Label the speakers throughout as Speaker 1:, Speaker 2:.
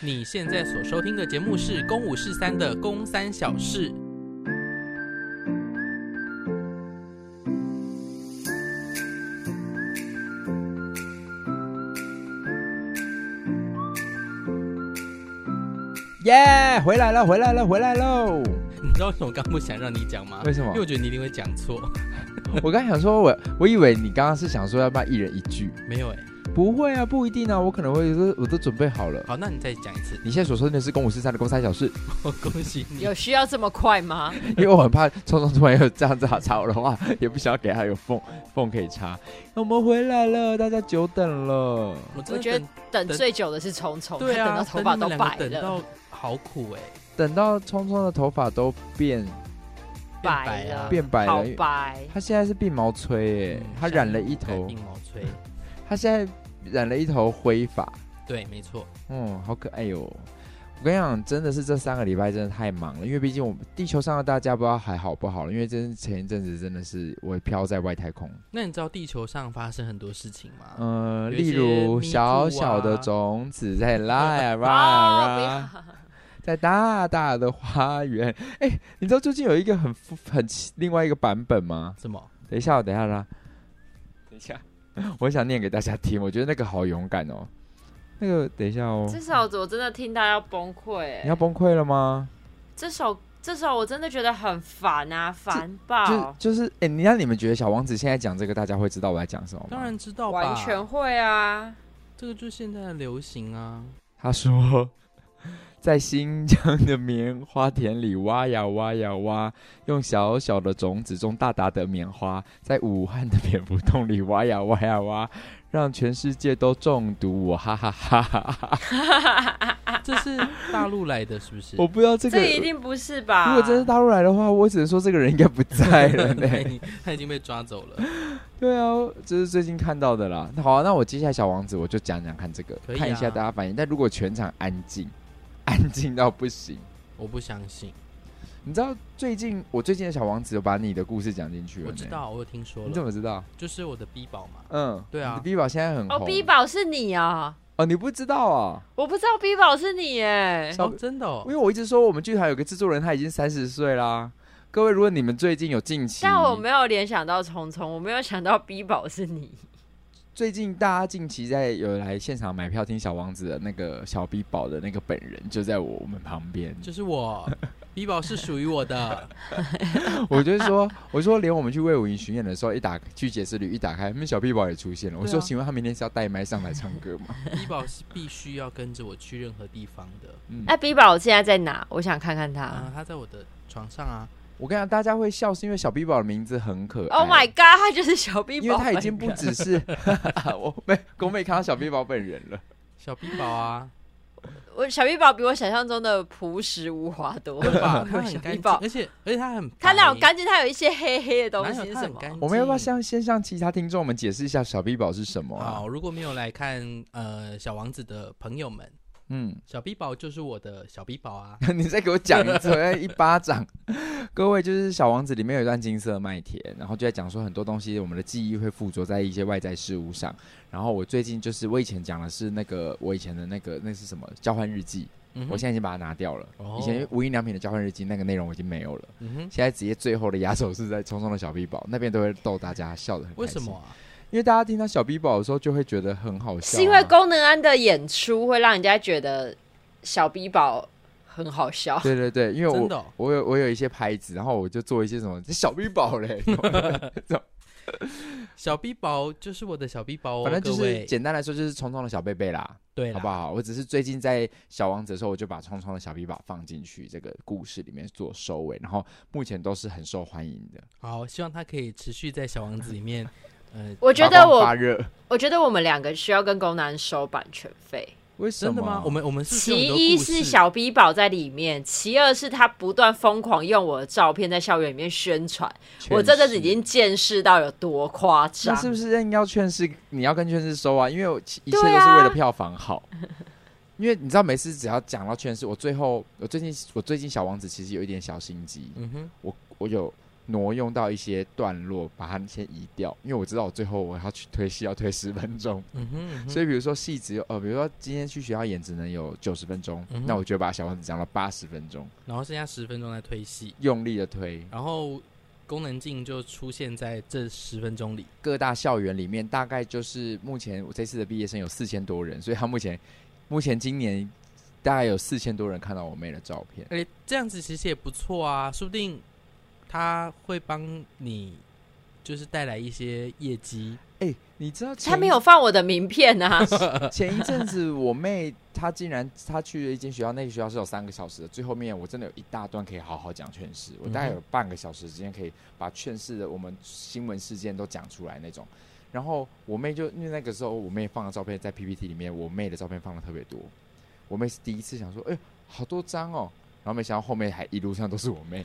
Speaker 1: 你现在所收听的节目是《公五是三》的《公三小事》。
Speaker 2: 耶、回来了，回来了，回来喽！
Speaker 1: 你知道为什么我刚不想让你讲吗？
Speaker 2: 为什么
Speaker 1: 因为我觉得你一定会讲错。
Speaker 2: 我刚想说我，我以为你刚刚是想说要不要一人一句，
Speaker 1: 没有哎、
Speaker 2: 不会啊，不一定啊，我可能会说我都准备好了。
Speaker 1: 好，那你再讲一次。
Speaker 2: 你现在所说的是《公五十三》的《公三小事》，
Speaker 1: 我恭喜你。
Speaker 3: 有需要这么 快吗？
Speaker 2: 因为我很怕聪聪突然有这样子插我的话， 也不想要给他有缝缝可以插。我们回来了，大家久等了。
Speaker 1: 我真
Speaker 3: 我
Speaker 1: 的
Speaker 3: 觉得
Speaker 1: 等
Speaker 3: 等最久的是虫虫，
Speaker 1: 对
Speaker 3: 他等
Speaker 1: 啊，
Speaker 3: 到头发都
Speaker 1: 等你们两
Speaker 3: 白
Speaker 1: 个等
Speaker 3: 了，
Speaker 1: 到好苦哎、
Speaker 2: 等到聪聪的头发都变
Speaker 1: 变
Speaker 3: 白
Speaker 1: 啊，
Speaker 3: 了，
Speaker 2: 变白了
Speaker 3: 好
Speaker 2: 因为
Speaker 3: 白。
Speaker 2: 他现在是鬓毛吹耶
Speaker 1: 嗯，
Speaker 2: 他染了一
Speaker 1: 像
Speaker 2: 头
Speaker 1: 硬，毛吹。
Speaker 2: 他现在染了一头灰发，
Speaker 1: 对，没错。
Speaker 2: 嗯，好可爱哟、我跟你讲，真的是这三个礼拜真的太忙了，因为毕竟我们地球上的大家不知道还好不好了，因为真是前一阵子真的是我飘在外太空，
Speaker 1: 那你知道地球上发生很多事情吗？
Speaker 2: 呃，
Speaker 1: 有一
Speaker 2: 例
Speaker 1: 些
Speaker 2: 如
Speaker 1: Me Too
Speaker 2: 小小的
Speaker 1: 啊
Speaker 2: 种子在拉呀拉
Speaker 3: 哦
Speaker 2: 呀，在大大的花园。哎、你知道最近有一个很复很奇另外一个版本吗？
Speaker 1: 什么？
Speaker 2: 等一下哦，等一下啦，等一下，我想念给大家听，我觉得那个好勇敢哦。那个等一下哦
Speaker 3: 不要，这首我真的听到要崩溃
Speaker 2: 你
Speaker 3: 欸。
Speaker 2: 要崩溃了吗？
Speaker 3: 这首这首我真的觉得很烦啊，烦
Speaker 2: 就
Speaker 3: 爆，
Speaker 2: 就是，哎、你让你们觉得小王子现在讲这个，大家会知道我在讲什么吗？
Speaker 1: 当，然知道吧，
Speaker 3: 完全会啊。
Speaker 1: 这个就是现在的流行啊。
Speaker 2: 他说在新疆的棉花田里挖呀挖呀挖，用小小的种子种大大的棉花，在武汉的蝙蝠洞里挖呀挖呀挖，让全世界都中毒我，哈哈哈哈哈哈！
Speaker 1: 这是大陆来的，是不是？
Speaker 2: 我不知道这个，
Speaker 3: 这一定不是吧？
Speaker 2: 如果真是大陆来的话，我只能说这个人应该不在了呢。
Speaker 1: 他已经被抓走了。
Speaker 2: 对啊，这是最近看到的啦。那好、啊，那我接下来小王子我就讲讲看这个，
Speaker 1: 可以啊
Speaker 2: 看一下大家反应。但如果全场安静， 安静到不行，
Speaker 1: 我不相信，
Speaker 2: 你知道最近我最近的小王子有把你的故事讲进去了，
Speaker 1: 我知，道，我有听说
Speaker 2: 你怎
Speaker 1: 了，
Speaker 2: 么知道？
Speaker 1: 就是我的 B 宝嘛。
Speaker 2: 嗯，
Speaker 1: 对啊
Speaker 2: 你的 B 宝现在很红
Speaker 3: 哦，B 宝是你啊，
Speaker 2: 哦，你不知道啊？
Speaker 3: 我不知道 B 宝是你哎。
Speaker 2: 小
Speaker 1: 哦，真的哦
Speaker 2: 因为，我一直说我们剧团有个制作人他已经三十岁啦。各位，如果你们最近有近期，
Speaker 3: 但我没有联想到虫虫，我没有想到 B 宝是你。
Speaker 2: 最近大家近期在有来现场买票听小王子的那个小 B 宝的那个本人就在我我们旁边，
Speaker 1: 就是我 B 宝是属于我的。
Speaker 2: 我就说，我说连我们去魏武营巡演的时候，一打去解释旅一打开，那小 B 宝也出现了。我
Speaker 1: 对
Speaker 2: 说，
Speaker 1: 啊
Speaker 2: 请问他明天是要带麦上来唱歌吗？
Speaker 1: B 宝是必须要跟着我去任何地方的
Speaker 2: 嗯，
Speaker 3: 那哎 B 宝现在在哪？我想看看他
Speaker 1: 啊。，他在我的床上啊，
Speaker 2: 我跟你讲，大家会笑是因为小 B 宝的名字很可爱。
Speaker 3: Oh my god，他就是小 B 宝，
Speaker 2: 因为他已 经不只是 我没我没看到小 B 宝本人了，
Speaker 1: 小 B 宝 啊，
Speaker 3: 我小 B 宝比我想象中的朴实无华多
Speaker 1: 对吧
Speaker 3: 了。？
Speaker 1: 他
Speaker 3: 小
Speaker 1: 很
Speaker 3: B
Speaker 1: 干净，
Speaker 3: 宝，
Speaker 1: 而且而且他很白，
Speaker 3: 他那种干净，他有一些黑黑的东
Speaker 1: 哪
Speaker 3: 西
Speaker 1: 有
Speaker 3: 是
Speaker 1: 他
Speaker 3: 什
Speaker 1: 很
Speaker 3: 么？
Speaker 1: 干净？
Speaker 2: 我们要不要向先向其他听众们解释一下小 B 宝是什么啊？
Speaker 1: 好，如果没有来看呃小王子的朋友们，
Speaker 2: 嗯，
Speaker 1: 小 B 宝就是我的小 B 宝啊。
Speaker 2: 你再给我讲一次，我要一巴掌！ 各位，就是《小王子》里面有一段金色麦田，然后就在讲说很多东西，我们的记忆会附着在一些外在事物上。然后我最近就是我以前讲的是那个我以前的那个那是什么交换日记，
Speaker 1: 嗯哼
Speaker 2: 我现在已经把它拿掉了。
Speaker 1: 哦
Speaker 2: 以前无印良品的交换日记那个内容我已经没有了，
Speaker 1: 嗯哼，
Speaker 2: 现在直接最后的压轴是在《匆匆的小 B 宝》那边都会逗大家笑的很。
Speaker 1: 为什么？啊？
Speaker 2: 因为大家听到小 B 宝的时候就会觉得很好笑啊、
Speaker 3: 是因为功能安的演出会让人家觉得小 B 宝很好笑。
Speaker 2: 对对对，因为
Speaker 1: 真
Speaker 2: 我
Speaker 1: 的哦
Speaker 2: 我有我有一些拍子，然后我就做一些什么这小 B 宝嘞，
Speaker 1: 小 B 宝就是我的小 B 宝哦，
Speaker 2: 反正就
Speaker 1: 各
Speaker 2: 是
Speaker 1: 位
Speaker 2: 简单来说就是聪聪的小贝贝啦，
Speaker 1: 对啦
Speaker 2: 好不好？我只是最近在小王子的时候，我就把聪聪的小 B 宝放进去这个故事里面做收尾，然后目前都是很受欢迎的。
Speaker 1: 好，希望他可以持续在小王子里面，呃，
Speaker 3: 我觉
Speaker 2: 发
Speaker 3: 得
Speaker 2: 光
Speaker 3: 我
Speaker 2: 发，热，
Speaker 3: 我觉得我们两个需要跟功能收版权费。
Speaker 2: 为什
Speaker 1: 真
Speaker 2: 么？
Speaker 1: 的吗？我们我们是不是有
Speaker 3: 其
Speaker 1: 很多
Speaker 3: 一
Speaker 1: 故
Speaker 3: 是
Speaker 1: 事，
Speaker 3: 小 B 宝在里面，其二是他不断疯狂用我的照片在校园里面宣传，
Speaker 2: 劝世
Speaker 3: 我这阵子已经见识到有多夸
Speaker 2: 那
Speaker 3: 张。
Speaker 2: 是不是应该要劝世？你要跟劝世收啊，因为我其一切都
Speaker 3: 对
Speaker 2: 是
Speaker 3: 啊
Speaker 2: 为了票房好。因为你知道，每次只要讲到劝世，我最后我最近我最近小王子其实有一点小心机，
Speaker 1: 嗯哼，
Speaker 2: 我我有挪用到一些段落，把它先移掉，因为我知道我最后我要去推戏要推十分钟，
Speaker 1: 嗯哼，嗯哼
Speaker 2: 所以比如说戏只有呃，比如说今天去学校演只能有九十分钟，
Speaker 1: 嗯哼
Speaker 2: 那我就把小王子讲到八十分钟，
Speaker 1: 然后剩下十分钟在推戏，
Speaker 2: 用力的推。
Speaker 1: 然后功能镜就出现在这十分钟里。
Speaker 2: 各大校园里面大概就是目前我这次的毕业生有四千多人，所以他目前目前今年大概有四千多人看到我妹的照片。
Speaker 1: 而且这样子其实也不错啊，说不定他会帮你就是带来一些业绩。
Speaker 2: 哎、你知道
Speaker 3: 他
Speaker 2: 前
Speaker 3: 没有放我的名片啊，
Speaker 2: 前一阵子我妹她竟然她去了一间学校，那个学校是有三个小时的，最后面我真的有一大段可以好好讲劝世，我大概有半个小时时间可以把劝世的我们新闻事件都讲出来那种。然后我妹就因为那个时候我妹放的照片在 PPT 里面，我妹的照片放的特别多，我妹是第一次想说，哎、好多张哦。然后没想到后面还一路上都是我妹，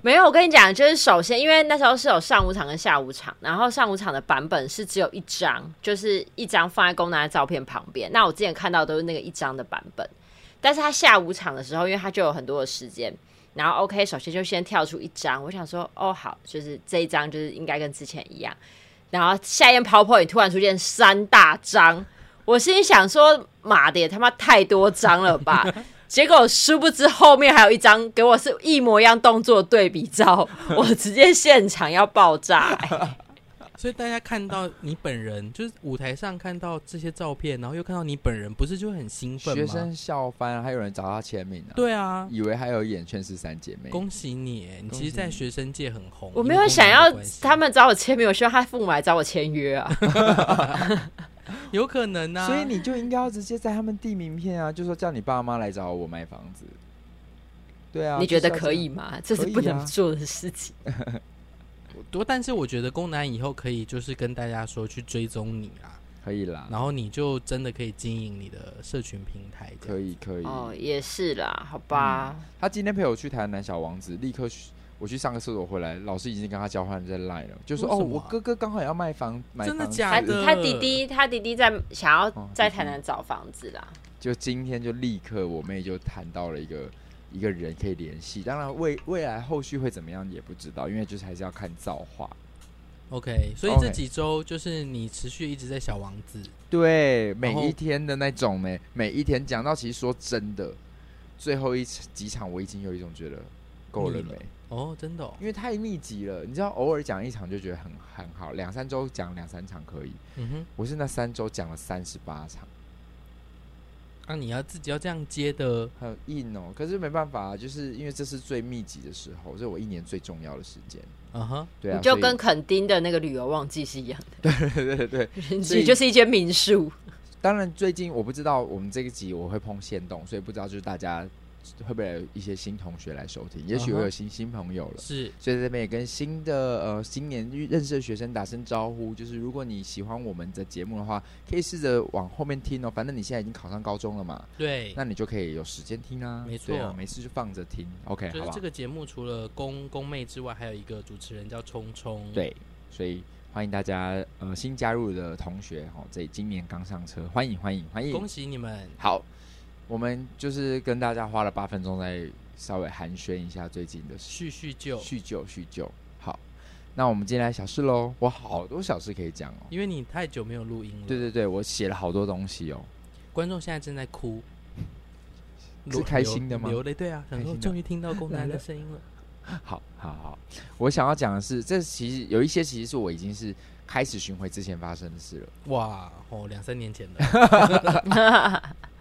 Speaker 3: 没有，我跟你讲，就是首先，因为那时候是有上午场跟下午场，然后上午场的版本是只有一张，就是一张放在公拿的照片旁边。那我之前看到都是那个一张的版本，但是他下午场的时候，因为他就有很多的时间，然后 OK，首先就先跳出一张，我想说，哦好，就是这一张就是应该跟之前一样。然后下一页 PowerPoint 突然出现三大张，我心里想说，妈的也他妈太多张了吧！结果殊不知后面还有一张给我是一模一样动作的对比 照，我直接现场要爆炸、哎
Speaker 1: 所以大家看到你本人，就是舞台上看到这些照片，然后又看到你本人，不是就会很兴奋吗？
Speaker 2: 学生笑翻，还有人找她签名啊，，
Speaker 1: 对啊，
Speaker 2: 以为还有演劝世三姐妹，
Speaker 1: 恭喜你耶，你
Speaker 2: 恭
Speaker 1: 其实，
Speaker 2: 喜
Speaker 1: 在
Speaker 2: 你
Speaker 1: 学生界很红。
Speaker 3: 我
Speaker 1: 因
Speaker 3: 没
Speaker 1: 为功
Speaker 3: 有想
Speaker 1: 能
Speaker 3: 要
Speaker 1: 的关系
Speaker 3: 他，们找我签名，我希望他父母来找我签 约啊。
Speaker 1: 有可能啊。
Speaker 2: 所以你就应该要直接在他们递名片啊，就说叫你爸妈来找我买房子。对啊，
Speaker 3: 你觉
Speaker 2: 就
Speaker 3: 得
Speaker 2: 是要
Speaker 3: 可
Speaker 2: 这样
Speaker 3: 以？吗？这是
Speaker 2: 可以
Speaker 3: 不能
Speaker 2: 啊
Speaker 3: 做的事情。
Speaker 1: 多，但是我觉得宫南以后可以就是跟大家说去追踪你啊，
Speaker 2: 可以啦，
Speaker 1: 然后你就真的可以经营你的社群平台这样。
Speaker 2: 可以可以。嗯
Speaker 3: 哦，也是啦，好吧。
Speaker 2: 他今天陪我去台南小王子，立刻去我去上个厕所回来，老师已经跟他交换在 line 了，就说
Speaker 1: 为
Speaker 2: 哦，
Speaker 1: 什么
Speaker 2: 我哥哥刚好要卖房，买
Speaker 1: 真的
Speaker 2: 房子
Speaker 1: 假
Speaker 3: 他
Speaker 1: 的
Speaker 3: 他弟弟他弟弟在想要
Speaker 2: 嗯哦
Speaker 3: 在
Speaker 2: 弟弟
Speaker 3: 台南找房子啦。
Speaker 2: 就今天就立刻我妹就谈到了一个一个人可以联系，当然未未来后续会怎么样也不知道，因为就是还是要看造化。
Speaker 1: OK，所以
Speaker 2: OK
Speaker 1: 这几周就是你持续一直在小王子，
Speaker 2: 对，每
Speaker 1: 然后
Speaker 2: 一天的那种呢，每一天讲到，其实说真的，最后一场几场我已经有一种觉得够了
Speaker 1: 腻
Speaker 2: 没
Speaker 1: 了，哦，真的、哦，
Speaker 2: 因为太密集了。你知道，偶尔讲一场就觉得很很好，两三周讲两三场可以。
Speaker 1: 嗯哼，
Speaker 2: 我是那三周讲了三十八场，
Speaker 1: 那、啊你要自己要这样接的，
Speaker 2: 很硬哦。可是没办法、就是因为这是最密集的时候，这是我一年最重要的时间。
Speaker 1: 嗯哼，
Speaker 2: 对啊，
Speaker 3: 你就
Speaker 2: 所以
Speaker 3: 跟垦丁的那个旅游旺季是一 样
Speaker 2: 对对对对，
Speaker 3: 的，
Speaker 2: 所以
Speaker 3: 你就是一间民宿。
Speaker 2: 当然，最近我不知道我们这个集我会碰限动，所以不知道就是大家会不会有一些新同学来收听，也许
Speaker 1: 嗯哼
Speaker 2: 会有新新朋友了。
Speaker 1: 是
Speaker 2: 所以在这边也跟新的呃新年认识的学生打声招呼，就是如果你喜欢我们的节目的话，可以试着往后面听哦。反正你现在已经考上高中了嘛，
Speaker 1: 对，
Speaker 2: 那你就可以有时间听啊。
Speaker 1: 没错
Speaker 2: 对啊，没事就放着听，OK，
Speaker 1: 就
Speaker 2: 好
Speaker 1: 是
Speaker 2: 不好
Speaker 1: 这？个节目除了宫宫妹之外，还有一个主持人叫聪聪，，
Speaker 2: 对，所以欢迎大家呃新加入的同学哦，这今年刚上车，欢迎欢迎欢迎
Speaker 1: 恭！喜你们，
Speaker 2: 好，我们就是跟大家花了八分钟在稍微寒暄一下最近的事。
Speaker 1: 叙叙旧，
Speaker 2: 叙旧叙旧。好，那我们进来小事喽。我好多小事可以讲哦。
Speaker 1: 因为你太久没有录音了，
Speaker 2: 对对对，我写了好多东西哦。
Speaker 1: 观众现在正在哭，
Speaker 2: 是
Speaker 1: 流
Speaker 2: 开心的吗
Speaker 1: 流流泪，对啊，想
Speaker 2: 开
Speaker 1: 说
Speaker 2: 心的
Speaker 1: 终于听到 宫南的声音了，
Speaker 2: 好，好，好。我想要讲的是，这其实有一些其实是我已经是开始巡回之前发生的事了。
Speaker 1: 哇，哦，两三年前的，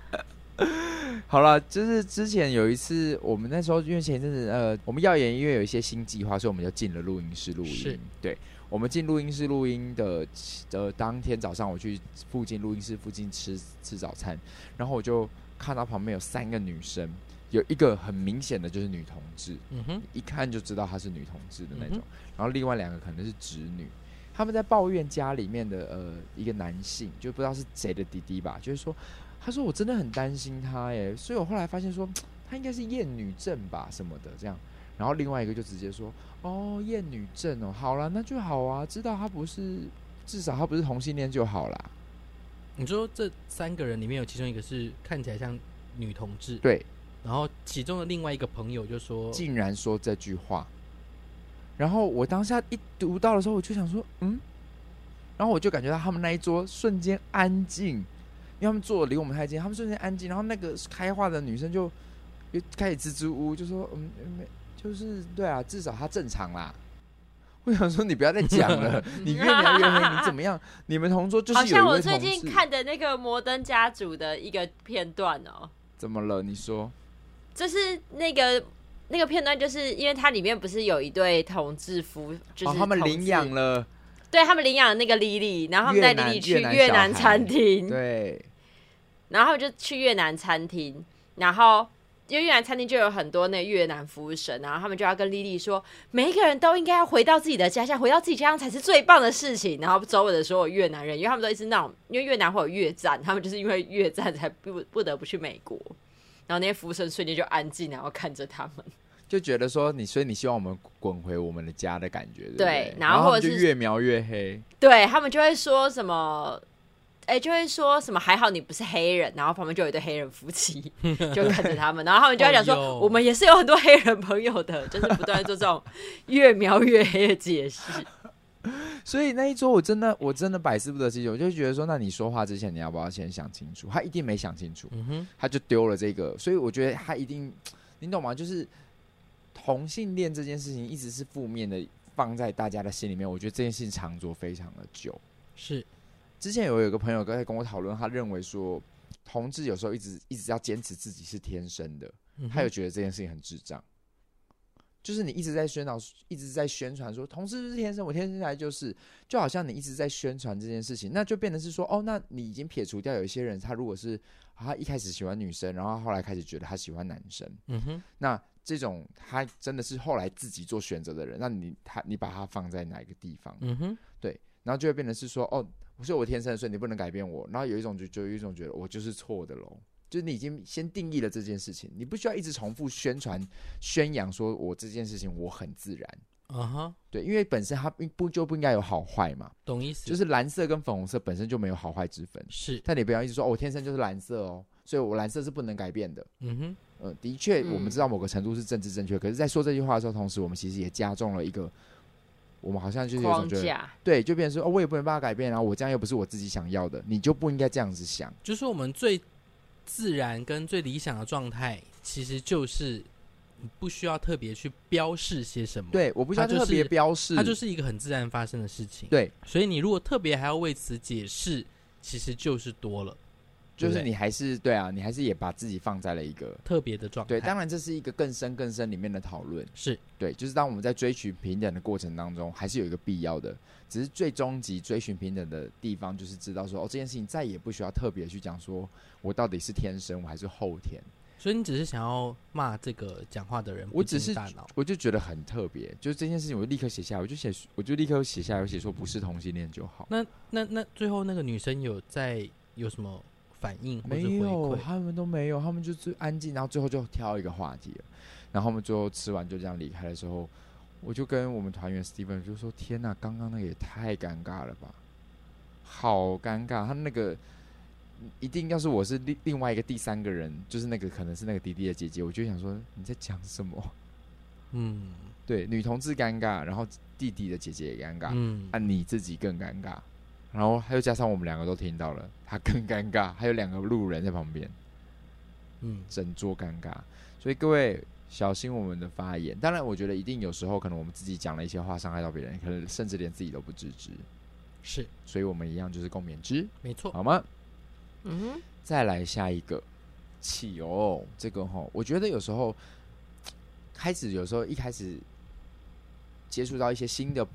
Speaker 2: 好了，就是之前有一次，我们那时候因为前一阵子呃，我们耀眼音乐有一些新计划，所以我们就进了录音室录
Speaker 1: 是
Speaker 2: 音。对，我们进录音室录音的呃当天早上，我去附近录音室附近吃吃早餐，然后我就看到旁边有三个女生，有一个很明显的就是女同志，
Speaker 1: 嗯哼，
Speaker 2: 一看就知道她是女同志的那种，
Speaker 1: 嗯
Speaker 2: 然后另外两个可能是直女。他们在抱怨家里面的呃一个男性，就不知道是谁的弟弟吧，就是说，他说我真的很担心他耶，所以我后来发现说他应该是厌女症吧什么的这样，然后另外一个就直接说哦厌女症哦，好啦，那就好啊，知道他不是至少他不是同性恋就好啦，
Speaker 1: 你说这三个人里面有其中一个是看起来像女同志，
Speaker 2: 对，
Speaker 1: 然后其中的另外一个朋友就说，
Speaker 2: 竟然说这句话，然后我当下一读到的时候，我就想说，嗯，然后我就感觉到他们那一桌瞬间安静，因为他们坐离我们太近，他们瞬间安静。然后那个开化的女生就又开始支支吾吾，就说，嗯，没，就是对啊，至少她正常啦。我想说，你不要再讲 了， 你越描越黑，你怎么样？你们同桌就
Speaker 3: 好
Speaker 2: 是有一
Speaker 3: 像
Speaker 2: 位
Speaker 3: 我
Speaker 2: 同事
Speaker 3: 最近看的那个《摩登家族》的一个片段哦，
Speaker 2: 怎么了？你说，
Speaker 3: 就是那个那个片段，就是因为它里面不是有一对同志夫，就是、
Speaker 2: 哦，他们领养，了，
Speaker 3: 对他们领养了那个莉莉，然后他们带
Speaker 2: 越南
Speaker 3: 莉莉去
Speaker 2: 越南
Speaker 3: 越
Speaker 2: 小
Speaker 3: 南
Speaker 2: 孩
Speaker 3: 餐厅，
Speaker 2: 对，
Speaker 3: 然后就去越南餐厅，然后因为越南餐厅就有很多那越南服务生，然后他们就要跟莉莉说，每一个人都应该要回到自己的家乡，回到自己家乡才是最棒的事情。然后周围的所有越南人，因为他们都一直那种，因为越南会有越战，他们就是因为越战才不不得不去美国。然后那些服务生瞬间就安静，然后看着他们。
Speaker 2: 就觉得说你，所以你希望我们滚回我们的家的感觉，对不
Speaker 3: 对
Speaker 2: 对？然
Speaker 3: 然后
Speaker 2: 他
Speaker 3: 或
Speaker 2: 们
Speaker 3: 者
Speaker 2: 就是越描越黑，
Speaker 3: 对他们就会说什么，哎、就会说什么还好你不是黑人，然后旁边就有一对黑人夫妻 就看着他们，然后他们就会讲说、
Speaker 1: 哎呦
Speaker 3: 我们也是有很多黑人朋友的，就是不断地做这种越描越黑的解释。
Speaker 2: 所以那一桌我真的我真的百思不得其解，我就觉得说，那你说话之前你要不要先想清楚？他一定没想清楚，
Speaker 1: 嗯哼，
Speaker 2: 他就丢了这个，所以我觉得他一定，你懂吗？就是同性恋这件事情一直是负面的放在大家的心里面，我觉得这件事情长着非常的久。
Speaker 1: 是
Speaker 2: 之前有有一个朋友刚才跟我讨论，他认为说同志有时候一直一直要坚持自己是天生的，
Speaker 1: 嗯哼
Speaker 2: 他有觉得这件事情很智障，就是你一直在宣导，一直在宣传说同志就是天生，我天生下来就是，就好像你一直在宣传这件事情，那就变成是说，哦，那你已经撇除掉有一些人，他如果是他一开始喜欢女生，然后后来开始觉得他喜欢男生，
Speaker 1: 嗯哼，
Speaker 2: 那这种他真的是后来自己做选择的人，那你他你把他放在哪一个地方？
Speaker 1: 嗯哼，
Speaker 2: 然后就会变成是说，哦，所以我天生的，所以你不能改变我。然后有一种就就有一种觉得我就是错的喽，就是你已经先定义了这件事情，你不需要一直重复宣传宣扬说我这件事情我很自然，
Speaker 1: 啊哈，
Speaker 2: 对，因为本身它并不就不应该有好坏嘛，
Speaker 1: 懂意思，
Speaker 2: 就是蓝色跟粉红色本身就没有好坏之分，
Speaker 1: 是，
Speaker 2: 但你不要一直说哦，我天生就是蓝色哦，所以我蓝色是不能改变的。
Speaker 1: 嗯哼，
Speaker 2: 呃，的确，
Speaker 3: 嗯
Speaker 2: 我们知道某个程度是政治正确，可是，在说这句话的时候，同时我们其实也加重了一个，我们好像就是有一
Speaker 3: 框
Speaker 2: 种觉得
Speaker 3: 架
Speaker 2: 对，就变成说哦，我也不能帮他改变，然后我这样又不是我自己想要的，你就不应该这样子想。
Speaker 1: 就是我们最自然跟最理想的状态，其实就是你不需要特别去标示些什么，，
Speaker 2: 对，我不需要
Speaker 1: 他就
Speaker 2: 特别
Speaker 1: 是
Speaker 2: 标示，
Speaker 1: 它就是一个很自然发生的事情。
Speaker 2: 对，
Speaker 1: 所以你如果特别还要为此解释，其实就是多了，对
Speaker 2: 就
Speaker 1: 不
Speaker 2: 是
Speaker 1: 对
Speaker 2: 你还是对啊，你还是也把自己放在了一个
Speaker 1: 特别的状态。
Speaker 2: 对，当然这是一个更深更深里面的讨论。
Speaker 1: 是
Speaker 2: 对，就是当我们在追寻平等的过程当中，还是有一个必要的。只是最终极追寻平等的地方，就是知道说哦，这件事情再也不需要特别去讲说我到底是天生我还是后天。
Speaker 1: 所以你只是想要骂这个讲话的人，
Speaker 2: 我只
Speaker 1: 不经
Speaker 2: 是
Speaker 1: 大脑。
Speaker 2: 我就觉得很特别，就是这件事情，我就立刻写下来，我就写，我就立刻写下来，我写说不是同性恋就好。
Speaker 1: 那那那最后那个女生有在有什么反应或者
Speaker 2: 没
Speaker 1: 回
Speaker 2: 有，
Speaker 1: 馈？
Speaker 2: 他们都没有，他们就最安静，然后最后就挑一个话题了，然后我们最后吃完就这样离开的时候，我就跟我们团员 Steven 就说：“天呐，刚刚那个也太尴尬了吧，好尴尬！他那个一定要是我是另另外一个第三个人，就是那个可能是那个弟弟的姐姐，我就想说你在讲什么？
Speaker 1: 嗯
Speaker 2: 对，女同志尴尬，然后弟弟的姐姐也尴尬，
Speaker 1: 嗯
Speaker 2: 啊，你自己更尴尬。然后还有加上我们两个都听到了，他更尴尬，还有两个路人在旁边。”
Speaker 1: 嗯，
Speaker 2: 整桌尴尬。所以各位小心我们的发言。当然，我觉得一定有时候可能我们自己讲了一些话伤害到别人，可能甚至连自己都不自知。
Speaker 1: 是
Speaker 2: 所以我们一样就是共勉之，
Speaker 1: 没错。
Speaker 2: 好吗？
Speaker 3: 嗯哼，
Speaker 2: 再来下一个，汽油这个吼，我觉得有时候开始有时候一开始接触到一些新的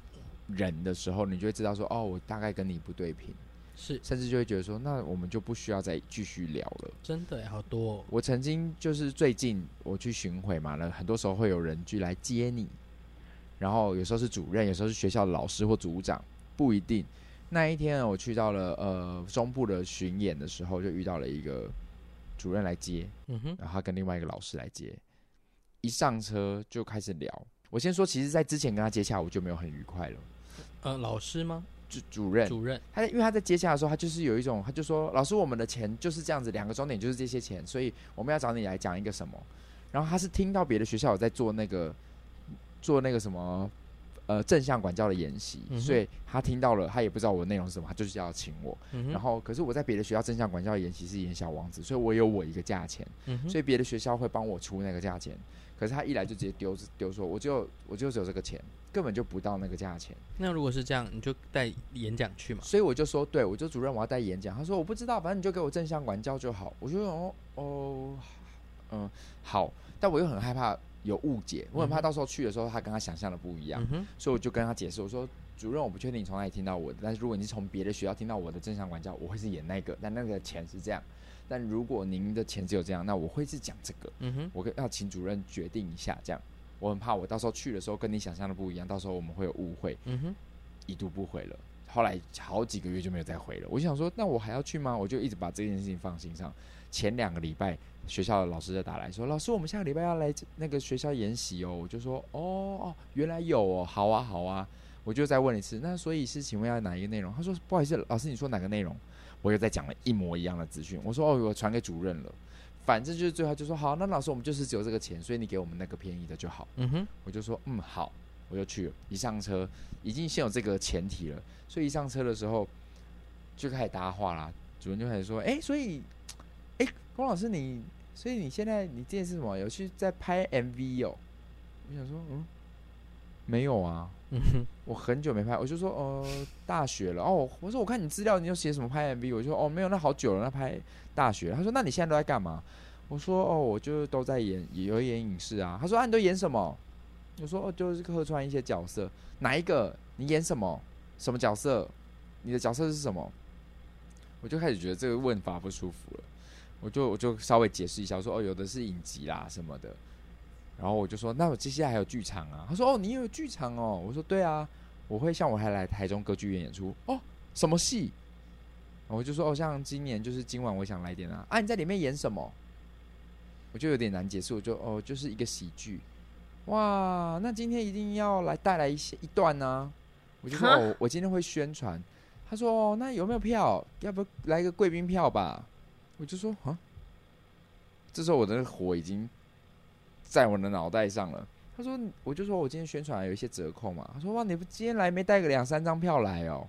Speaker 2: 人的时候，你就会知道说哦，我大概跟你不对频，
Speaker 1: 是
Speaker 2: 甚至就会觉得说，那我们就不需要再继续聊了。
Speaker 1: 真的耶好多、哦，
Speaker 2: 我曾经就是最近我去巡回嘛，那很多时候会有人去来接你，然后有时候是主任，有时候是学校的老师或组长，不一定。那一天呢我去到了呃中部的巡演的时候，就遇到了一个主任来接，
Speaker 1: 嗯哼，
Speaker 2: 然后他跟另外一个老师来接，一上车就开始聊。我先说，其实，在之前跟他接洽，我就没有很愉快了。
Speaker 1: 呃，老师吗？
Speaker 2: 主主任，
Speaker 1: 主任，
Speaker 2: 他在因为他在接洽的时候，他就是有一种，他就说：“老师，我们的钱就是这样子，两个终点就是这些钱，所以我们要找你来讲一个什么。”然后他是听到别的学校有在做那个做那个什么呃正向管教的研习，
Speaker 1: 嗯哼
Speaker 2: 所以他听到了，他也不知道我的内容是什么，他就是要请我。
Speaker 1: 嗯哼
Speaker 2: 然后，可是我在别的学校正向管教的研习是演小王子，所以我有我一个价钱，
Speaker 1: 嗯哼
Speaker 2: 所以别的学校会帮我出那个价钱。可是他一来就直接丢丢说，我就我就只有这个钱，根本就不到那个价钱。
Speaker 1: 那如果是这样，你就带演讲去嘛。
Speaker 2: 所以我就说，对，我就主任我要带演讲。他说我不知道，反正你就给我正向管教就好。我就哦哦，嗯，好，但我又很害怕有误解，我很
Speaker 1: 嗯
Speaker 2: 怕
Speaker 1: 哼
Speaker 2: 到时候去的时候他跟他想象的不一样，
Speaker 1: 嗯哼，
Speaker 2: 所以我就跟他解释，我说主任我不确定你从哪里听到我的，但是如果你是从别的学校听到我的正向管教，我会是演那个，但那个钱是这样。但如果您的钱只有这样，那我会是讲这个。
Speaker 1: 嗯哼，
Speaker 2: 我跟要请主任决定一下，这样我很怕我到时候去的时候跟你想象的不一样，到时候我们会有误会。
Speaker 1: 嗯哼，
Speaker 2: 一度不回了。后来好几个月就没有再回了。我想说，那我还要去吗？我就一直把这件事情放心上。前两个礼拜，学校的老师就打来说：“老师，我们下个礼拜要来那个学校研习哦。”我就说：“哦哦，原来有哦，好啊，好啊。”我就再问一次，那所以是请问要哪一个内容？哦他说：“不好意啊思，老师，你说哪个内容？”我又再讲了一模一样的资讯。我说：“哦，我传给主任了。”反正就是最后就说：“好，那老师，我们就是只有这个钱，所以你给我们那个便宜的就好。”
Speaker 1: 嗯哼，
Speaker 2: 我就说嗯好，我就去了。一上车已经先有这个前提了，所以一上车的时候就开始搭话啦。主任就开始说，哎、所以，哎、龚老师你，所以你现在你这件事什么？有去在拍 MV 哦？我想说，嗯，没有啊，
Speaker 1: 嗯哼，
Speaker 2: 我很久没拍，我就说呃，大学了哦。我说我看你资料，你有写什么拍 MV？我就说哦，没有，那好久了，那拍大学。他说那你现在都在干嘛？我说哦，我就都在演，也有演影视啊。他说啊，你都演什么？我说哦，就是客串一些角色。哪一个？你演什么？什么角色？你的角色是什么？我就开始觉得这个问法不舒服了，我就我就稍微解释一下，我说哦，有的是影集啦什么的。然后我就说，那我接下来还有剧场啊？他说哦，你也有剧场哦？我说对啊，我会像我还来台中歌剧院演出哦，什么戏？然后我就说哦，像今年就是今晚我想来点啊啊，你在里面演什么？我就有点难解释，我就哦，就是一个喜剧。哇，那今天一定要来带来一些一段呢、我就说
Speaker 3: 哈
Speaker 2: 哦，我今天会宣传。他说哦，那有没有票？要不来个贵宾票吧？我就说啊，这时候我的火已经在我的脑袋上了。他说：“我就说我今天宣传有一些折扣嘛。”他说：“哇，你不今天来没带个两三张票来哦？”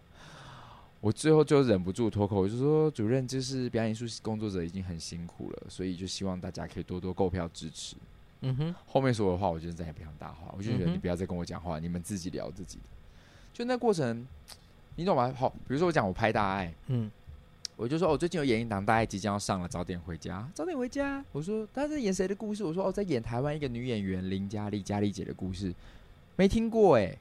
Speaker 2: 我最后就忍不住脱口，我就说：“主任，就是表演艺术工作者已经很辛苦了，所以就希望大家可以多多购票支持。
Speaker 1: 嗯哼，”
Speaker 2: 后面所有的话，我就再也不想搭话，我就觉
Speaker 1: 嗯
Speaker 2: 得
Speaker 1: 哼
Speaker 2: 你不要再跟我讲话，你们自己聊自己的。就那过程，你懂吗？好，比如说我讲我拍大爱，
Speaker 1: 嗯
Speaker 2: 我就说，我、哦最近有演一档，大概即将要上了，早点回家，早点回家。我说他在演谁的故事？我说哦，在演台湾一个女演员林嘉丽，嘉丽姐的故事，没听过哎、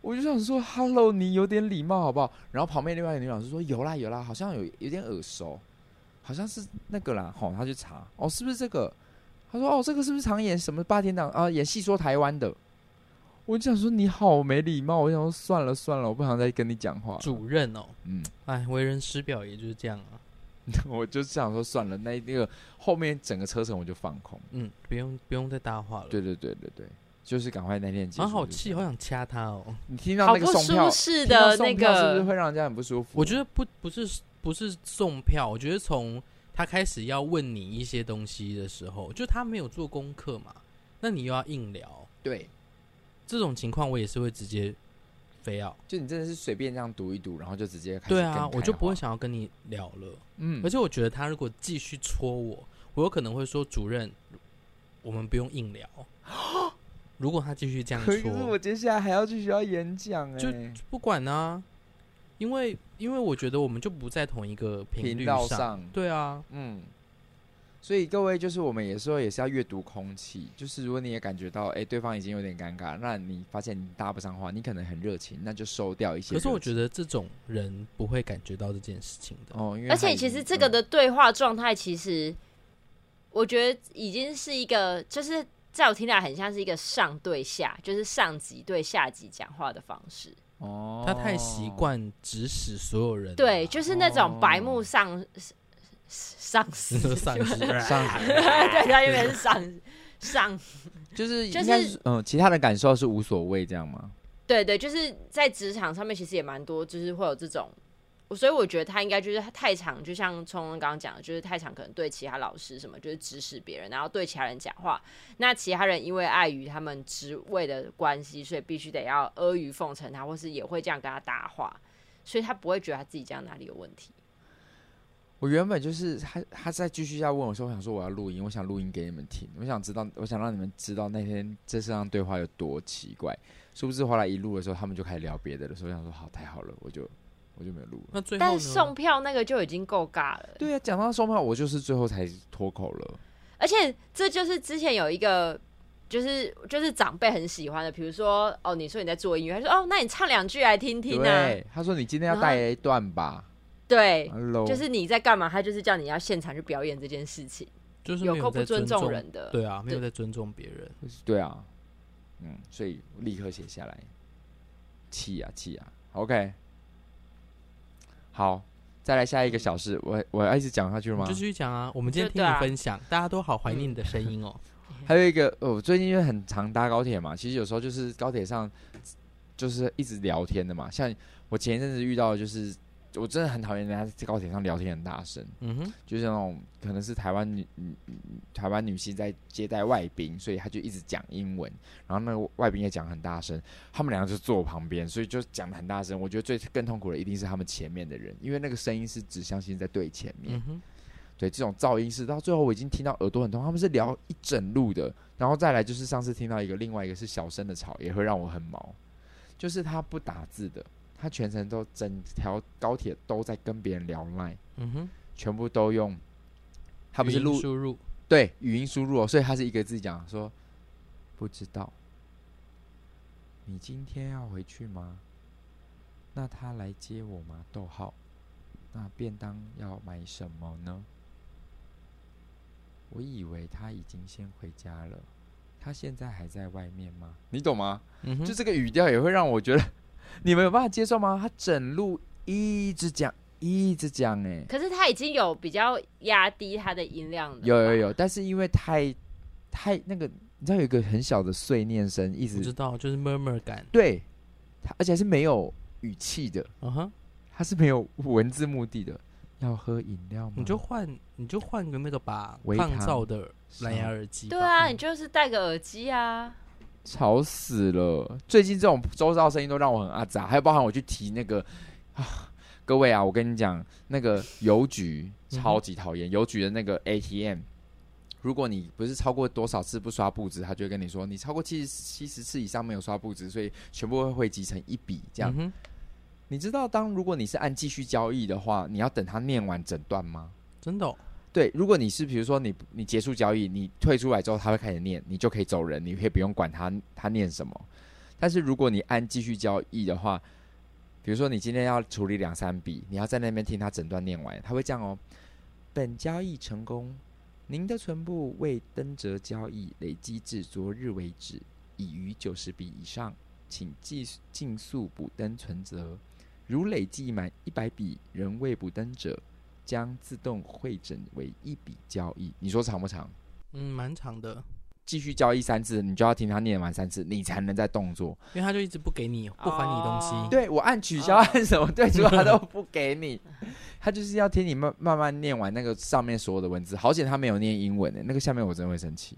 Speaker 2: 我就想说，Hello，你有点礼貌好不好？然后旁边另外一个女老师说，有啦有啦，好像有有点耳熟，好像是那个啦。吼，他去查，哦，是不是这个？他说，哦，这个是不是常演什么八点档啊？演戏说台湾的。我就想说你好没礼貌，我想说算了算了，我不想再跟你讲话了。
Speaker 1: 主任哦，
Speaker 2: 嗯，
Speaker 1: 哎，为人师表也就是这样啊。
Speaker 2: 我就想说算了，那那个后面整个车程我就放空。
Speaker 1: 嗯，不用不用再搭话了。
Speaker 2: 对对对对对，就是赶快那天结束。
Speaker 1: 啊，好气，好！想掐他 哦。
Speaker 2: 你听
Speaker 3: 好
Speaker 2: 到那个
Speaker 3: 不
Speaker 2: 送票
Speaker 3: 舒适
Speaker 2: 听到
Speaker 3: 的
Speaker 2: 送
Speaker 3: 那
Speaker 2: 票是不是
Speaker 3: 个，
Speaker 2: 会让人家很不舒服？
Speaker 1: 我觉得不不是不是送票，我觉得从他开始要问你一些东西的时候，就他没有做功课嘛，那你又要硬聊，
Speaker 2: 对，
Speaker 1: 这种情况我也是会直接非要。
Speaker 2: 就你真的是随便这样读一读，然后就直接开始
Speaker 1: 对
Speaker 2: 跟
Speaker 1: 啊，
Speaker 2: 开
Speaker 1: 我就不会
Speaker 2: 话，
Speaker 1: 想要跟你聊了。
Speaker 2: 嗯，
Speaker 1: 而且我觉得他如果继续戳我，我有可能会说主任，我们不用硬 聊。如果他继续这样
Speaker 2: 可是我
Speaker 1: 戳，
Speaker 2: 接下来还要去学校演讲哎、
Speaker 1: 就不管啊，因为因为我觉得我们就不在同一个频率
Speaker 2: 频道上
Speaker 1: 对啊，
Speaker 2: 嗯，所以各位就是我们有时候也是要阅读空气，就是如果你也感觉到哎、对方已经有点尴尬，那你发现你搭不上话，你可能很热情，那就收掉一些热
Speaker 1: 可
Speaker 2: 情。
Speaker 1: 是我觉得这种人不会感觉到这件事情的。
Speaker 2: 哦，因为
Speaker 3: 而且
Speaker 2: 还
Speaker 3: 其实
Speaker 2: 嗯
Speaker 3: 这个的对话状态，其实我觉得已经是一个，就是在我听来很像是一个上对下，就是上级对下级讲话的方式。
Speaker 2: 哦，
Speaker 1: 他太习惯指使所有人了，
Speaker 3: 对，就是那种白目
Speaker 2: 哦
Speaker 3: 上、上司，
Speaker 1: 丧
Speaker 3: 就
Speaker 1: 失
Speaker 2: 上，
Speaker 3: 对，他原本是上上，
Speaker 2: 就是
Speaker 3: 就
Speaker 2: 应该
Speaker 3: 是
Speaker 2: 是嗯，其他的感受是无所谓这样吗？
Speaker 3: 对对，就是在职场上面其实也蛮多，就是会有这种我所以我觉得他应该就是太常，就像聪聪刚刚讲的，就是太常可能对其他老师什么就是指使别人，然后对其他人讲话。那其他人因为碍于他们职位的关系，所以必须得要阿谀奉承他，或是也会这样跟他搭话，所以他不会觉得他自己这样哪里有问题。
Speaker 2: 我原本就是他，他再继续要问我说，我想说我要录音，我想录音给你们听，我想知道，我想让你们知道那天这次上对话有多奇怪。殊不知后来一录的时候，他们就开始聊别的了，所以我想说好，太好了，我就我就没有录了。
Speaker 1: 那最后
Speaker 3: 但
Speaker 1: 呢？
Speaker 3: 是送票那个就已经够尬了。
Speaker 2: 对啊，讲到双炮，我就是最后才脱口了。
Speaker 3: 而且这就是之前有一个，就是就是长辈很喜欢的，比如说哦，你说你在做音乐，他说哦，那你唱两句来听听啊。
Speaker 2: 对，他说你今天要
Speaker 3: 然后
Speaker 2: 带一段吧
Speaker 3: 对，
Speaker 2: ，Hello，
Speaker 3: 就是你在干嘛，他就是叫你要现场去表演这件事情，
Speaker 1: 就是
Speaker 3: 有
Speaker 1: 没
Speaker 3: 够不
Speaker 1: 在
Speaker 3: 尊
Speaker 1: 尊
Speaker 3: 重人的。
Speaker 1: 对啊，没有在尊重别人。
Speaker 2: 对啊，嗯，所以立刻写下来，气呀、气呀、OK，好，再来下一个小事，我我要一直讲下去了
Speaker 1: 你
Speaker 2: 吗嗯
Speaker 1: 就？继续讲啊，我们今天
Speaker 3: 就
Speaker 1: 听
Speaker 3: 对啊
Speaker 1: 你分享，大家都好怀念你的声音哦。
Speaker 2: 还有一个，呃我、最近因为很常搭高铁嘛，其实有时候就是高铁上就是一直聊天的嘛，像我前一阵子遇到的就是。我真的很讨厌人家在高铁上聊天很大声，
Speaker 1: 嗯哼，
Speaker 2: 就是那种可能是台湾女女女台湾女性在接待外宾，所以她就一直讲英文，然后那个外宾也讲很大声，他们两个就坐我旁边，所以就讲的很大声。我觉得最更痛苦的一定是他们前面的人，因为那个声音是指向性在对前面，
Speaker 1: 嗯哼，
Speaker 2: 对这种噪音是到最后我已经听到耳朵很痛。他们是聊一整路的，然后再来就是上次听到一个另外一个是小声的吵，也会让我很毛，就是他不打字的，他全程都整条高铁都在跟别人聊 line。
Speaker 1: 嗯哼，
Speaker 2: 全部都用，他不是
Speaker 1: 语音
Speaker 2: 录
Speaker 1: 输入，
Speaker 2: 对语音输入、哦，所以他是一个字讲说不知道。你今天要回去吗？那他来接我吗？逗号，那便当要买什么呢？我以为他已经先回家了，他现在还在外面吗？你懂吗？
Speaker 1: 嗯哼，
Speaker 2: 就这个语调也会让我觉得，你们有办法接受吗？他整路一直讲，一直讲、欸，哎，
Speaker 3: 可是他已经有比较压低他的音量了。
Speaker 2: 有有，有，但是因为太太那个，你知道有一个很小的碎念声，一
Speaker 1: 我知
Speaker 2: 直
Speaker 1: 道，就是 murmur 感。
Speaker 2: 对，它而且还是没有语气的，
Speaker 1: 嗯哼，
Speaker 2: 它是没有文字目的的。要喝饮料吗？
Speaker 1: 你就换，你就换个那个吧，
Speaker 2: 嗯微
Speaker 1: 抗
Speaker 2: 糖
Speaker 1: 噪的蓝牙
Speaker 2: 少
Speaker 1: 耳机吧。嗯
Speaker 3: 对啊，你就是戴个耳机啊。
Speaker 2: 吵死了！最近这种周遭声音都让我很阿杂，还有包含我去提那个啊，各位啊，我跟你讲，那个邮局
Speaker 1: 嗯哼
Speaker 2: 超级讨厌，邮局的那个 ATM。如果你不是超过多少次不刷步子，他就会跟你说你超过七十七十次以上没有刷步子，所以全部会汇集成一笔这样。
Speaker 1: 嗯哼，
Speaker 2: 你知道，当如果你是按继续交易的话，你要等他念完整段吗？
Speaker 1: 真的哦，
Speaker 2: 对，如果你是比如说你你结束交易，你退出来之后，他会开始念，你就可以走人，你可以不用管他他念什么。但是如果你按继续交易的话，比如说你今天要处理两三笔，你要在那边听他整段念完，他会这样哦。本交易成功，您的存部未登折交易累积至昨日为止已逾九十笔以上，请尽尽速补登存折。如累计满一百笔仍未补登者，将自动汇整为一笔交易。你说长不长？
Speaker 1: 嗯，蛮长的，
Speaker 2: 继续交易三次，你就要听他念完三次，你才能再动作。
Speaker 1: 因为他就一直不给你，不还你东
Speaker 3: 哦
Speaker 1: 西。
Speaker 2: 对我按取消
Speaker 3: 哦
Speaker 2: 按什么对主他都不给 你，他就是要听你慢慢慢念完那个上面所有的文字。好险他没有念英文的，欸那个下面我真的会生气。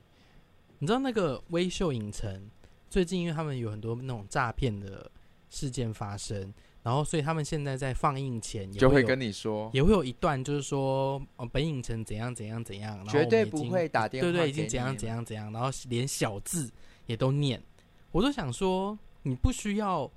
Speaker 1: 你知道那个微秀影城最近，因为他们有很多那种诈骗的事件发生，然后所以他们现在在放映前也
Speaker 2: 就会
Speaker 1: 有
Speaker 2: 跟你说，
Speaker 1: 也会有一段就是说，呃，本影城怎样怎样怎样，然后
Speaker 2: 绝对
Speaker 1: 我们已
Speaker 2: 不
Speaker 1: 经
Speaker 2: 会打电话
Speaker 1: 对对，已
Speaker 2: 给
Speaker 1: 经
Speaker 2: 你
Speaker 1: 怎样
Speaker 2: 了
Speaker 1: 怎样怎样，然后连小字也都念，我都想说，你不需要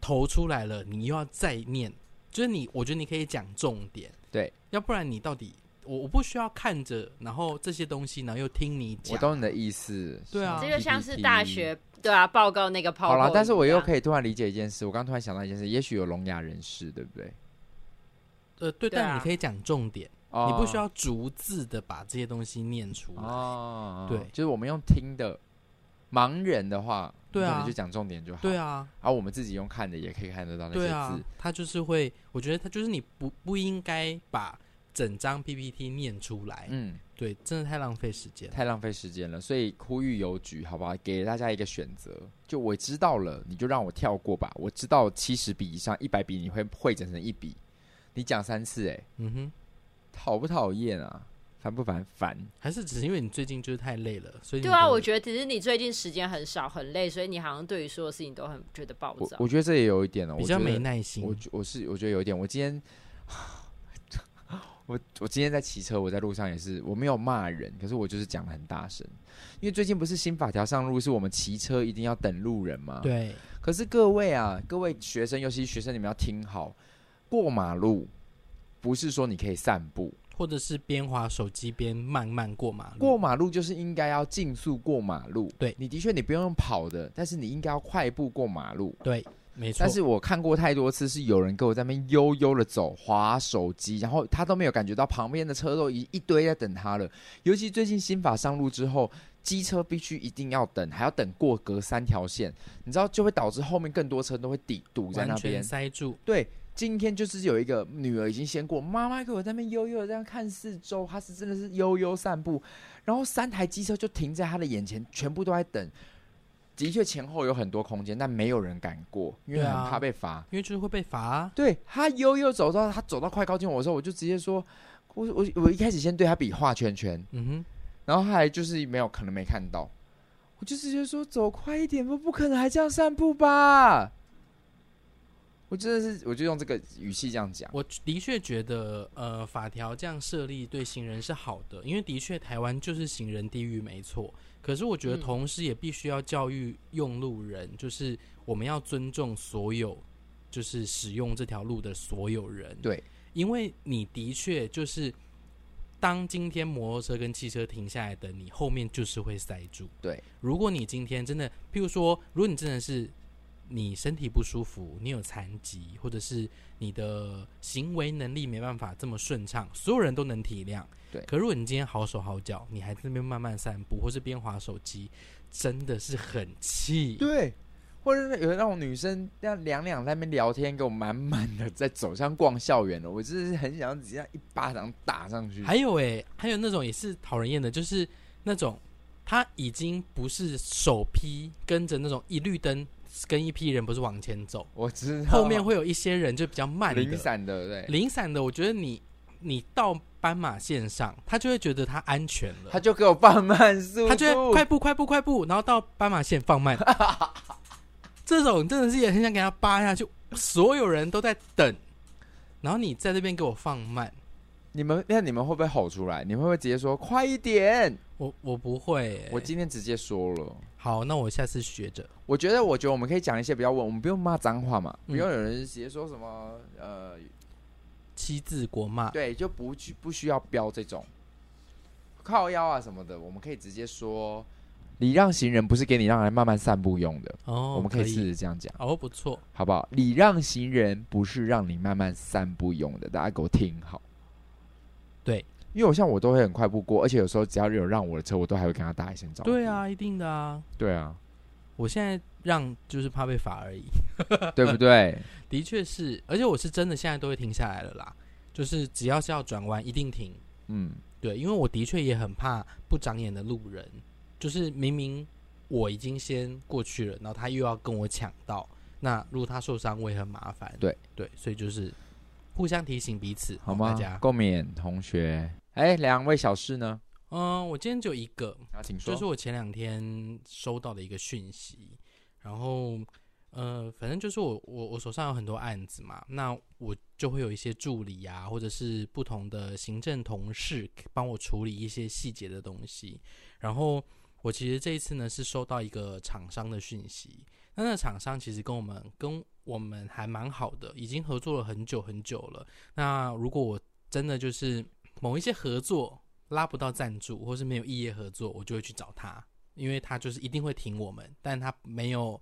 Speaker 1: 投出来了，你又要再念，就是你，我觉得你可以讲重点，
Speaker 2: 对，
Speaker 1: 要不然你到底，我我不需要看着，然后这些东西，然后又听你讲，
Speaker 2: 我懂你的意思。
Speaker 1: 对啊
Speaker 3: 这就像是大
Speaker 2: PPT
Speaker 3: 学对啊报告那个泡
Speaker 2: 好
Speaker 3: 泡。
Speaker 2: 了，但是我又可
Speaker 3: 以。
Speaker 2: 以突然理解一件事，我刚突然想到一件事，也许有聋哑人士，对不对？
Speaker 1: 呃，对，
Speaker 3: 对啊
Speaker 1: 但你可以讲重点，
Speaker 2: 哦
Speaker 1: 你不需要逐字的把这些东西念出来，
Speaker 2: 哦，
Speaker 1: 对
Speaker 2: 就是我们用听的。盲人的话，
Speaker 1: 对啊
Speaker 2: 你可能就讲重点就好。
Speaker 1: 对，啊，
Speaker 2: 而、我们自己用看的也可以看得到那些
Speaker 1: 对
Speaker 2: 字。
Speaker 1: 啊，他就是会，我觉得他就是你不不应该把整张 PPT 念出来，
Speaker 2: 嗯，
Speaker 1: 对，真的太浪费时间了。
Speaker 2: 太浪费时间了，所以呼吁邮局，好不好？给大家一个选择，就我知道了，你就让我跳过吧。我知道七十笔以上、一百笔你会汇整成一笔，你讲三次、哎，
Speaker 1: 嗯哼，
Speaker 2: 讨不讨厌啊？烦不烦？烦。
Speaker 1: 还是只是因为你最近就是太累了，所以你
Speaker 3: 对啊，
Speaker 2: 嗯
Speaker 1: 都
Speaker 3: 我觉得只是你最近时间很少，很累，所以你好像对于所有事情都很觉得暴
Speaker 2: 我
Speaker 3: 躁。
Speaker 2: 我觉得这也有一点了，
Speaker 1: 比
Speaker 2: 我
Speaker 1: 较
Speaker 2: 觉得
Speaker 1: 没耐心。
Speaker 2: 我觉我是我觉得有一点，我今天我我今天在骑车，我在路上也是，我没有骂人，可是我就是讲的很大声，因为最近不是新法条上路，是我们骑车一定要等路人吗？。
Speaker 1: 对，
Speaker 2: 可是各位啊，各位学生，尤其是学生，你们要听好，过马路不是说你可以散步，
Speaker 1: 或者是边滑手机边慢慢过马路。
Speaker 2: 过马路就是应该要竞速过马路。
Speaker 1: 嗯对
Speaker 2: 你的确你不用用跑的，但是你应该要快步过马路。
Speaker 1: 对，没错。
Speaker 2: 但是我看过太多次，是有人跟我在那边悠悠的走，划手机，然后他都没有感觉到旁边的车都一一堆在等他了。尤其最近新法上路之后，机车必须一定要等，还要等过隔三条线，你知道就会导致后面更多车都会抵堵在
Speaker 1: 完
Speaker 2: 那
Speaker 1: 全
Speaker 2: 边。
Speaker 1: 塞住，
Speaker 2: 对，今天就是有一个女儿已经先过，妈妈给我在那边悠悠的这样看四周，她是真的是悠悠散步，然后三台机车就停在她的眼前，全部都在等。的确前后有很多空间，但没有人敢过，因为
Speaker 1: 对
Speaker 2: 很
Speaker 1: 啊
Speaker 2: 怕被罚。
Speaker 1: 因为就是会被罚、啊。
Speaker 2: 对她悠悠走到她走到快靠近我的时候，我就直接说，我我我一开始先对她比划圈圈，
Speaker 1: 嗯
Speaker 2: 然后她还就是没有可能没看到，我就直接说走快一点吧，不可能还这样散步吧。我真的是，我就用这个语气这样讲
Speaker 1: 哼，。我的确觉得，呃，法条这样设立对行人是好的，因为的确台湾就是行人地狱，没错。可是我觉得
Speaker 3: 嗯
Speaker 1: 同时也必须要教育用路人，就是我们要尊重所有，就是使用这条路的所有人。
Speaker 2: 对，
Speaker 1: 因为你的确就是。当今天摩托车跟汽车停下来等你，后面就是会塞住。
Speaker 2: 对，
Speaker 1: 如果你今天真的，譬如说，如果你真的是你身体不舒服，你有残疾，或者是你的行为能力没办法这么顺畅，所有人都能体谅。
Speaker 2: 对
Speaker 1: 可如果你今天好手好脚，你还在那边慢慢散步，或是边滑手机，真的是很气。
Speaker 2: 对，或者是有那种女生这样两两在那边聊天，给我满满的在走向逛校园了，我真的是很想直接一巴掌打上去。
Speaker 1: 还有诶、还有那种也是讨人厌的，就是那种他已经不是首批跟着那种一绿灯跟一批人不是往前走，
Speaker 2: 我知道
Speaker 1: 后面会有一些人就比较慢的，
Speaker 2: 零散的，对，
Speaker 1: 零散的，我觉得你你到斑马线上，他就会觉得他安全了，
Speaker 2: 他就给我放慢速度，
Speaker 1: 他就会快步快步快步，然后到斑马线放 慢。这种真的是也很想给他扒下去，所有人都在等，然后你在这边给我放慢，
Speaker 2: 你们那你们会不会吼出来？你们会不会直接说快一点？
Speaker 1: 我我不会欸、
Speaker 2: 我今天直接说了。
Speaker 1: 好，那我下次学着。
Speaker 2: 我觉得，我觉得我们可以讲一些比较稳，我们不用骂脏话嘛，
Speaker 1: 嗯
Speaker 2: 不用有人直接说什么，呃，
Speaker 1: 七字国骂，
Speaker 2: 对，就不去不需要标这种靠腰啊什么的，我们可以直接说，礼让行人不是给你让人慢慢散步用的，
Speaker 1: 哦，
Speaker 2: 我们可以
Speaker 1: 以
Speaker 2: 试着这样讲，
Speaker 1: 哦，不错，
Speaker 2: 好不好？礼让行人不是让你慢慢散步用的，大家给我听好。
Speaker 1: 对，
Speaker 2: 因为我像我都会很快步过，而且有时候只要有让我的车，我都还会跟他打一声招呼。
Speaker 1: 对，啊，一定的啊。
Speaker 2: 对啊，
Speaker 1: 我现在让就是怕被罚而已，
Speaker 2: 对不对？
Speaker 1: 的确是，而且我是真的现在都会停下来了啦，就是只要是要转弯一定停，
Speaker 2: 嗯，
Speaker 1: 对，因为我的确也很怕不长眼的路人，就是明明我已经先过去了，然后他又要跟我抢到，那如果他受伤，我也很麻烦。
Speaker 2: 对
Speaker 1: 对，所以就是互相提醒彼此，
Speaker 2: 好
Speaker 1: 大
Speaker 2: 吗
Speaker 1: 家？。
Speaker 2: 共勉同学。哎，两位小事呢？
Speaker 1: 嗯，我今天就一个，
Speaker 2: 啊，请说。
Speaker 1: 就是我前两天收到的一个讯息，然后呃，反正就是我我我手上有很多案子嘛，那我就会有一些助理啊，或者是不同的行政同事帮我处理一些细节的东西。然后我其实这一次呢是收到一个厂商的讯息，那那个厂商其实跟我们跟我们还蛮好的，已经合作了很久很久了。那如果我真的就是某一些合作拉不到赞助，或是没有异业合作，我就会去找他，因为他就是一定会挺我们，但他没有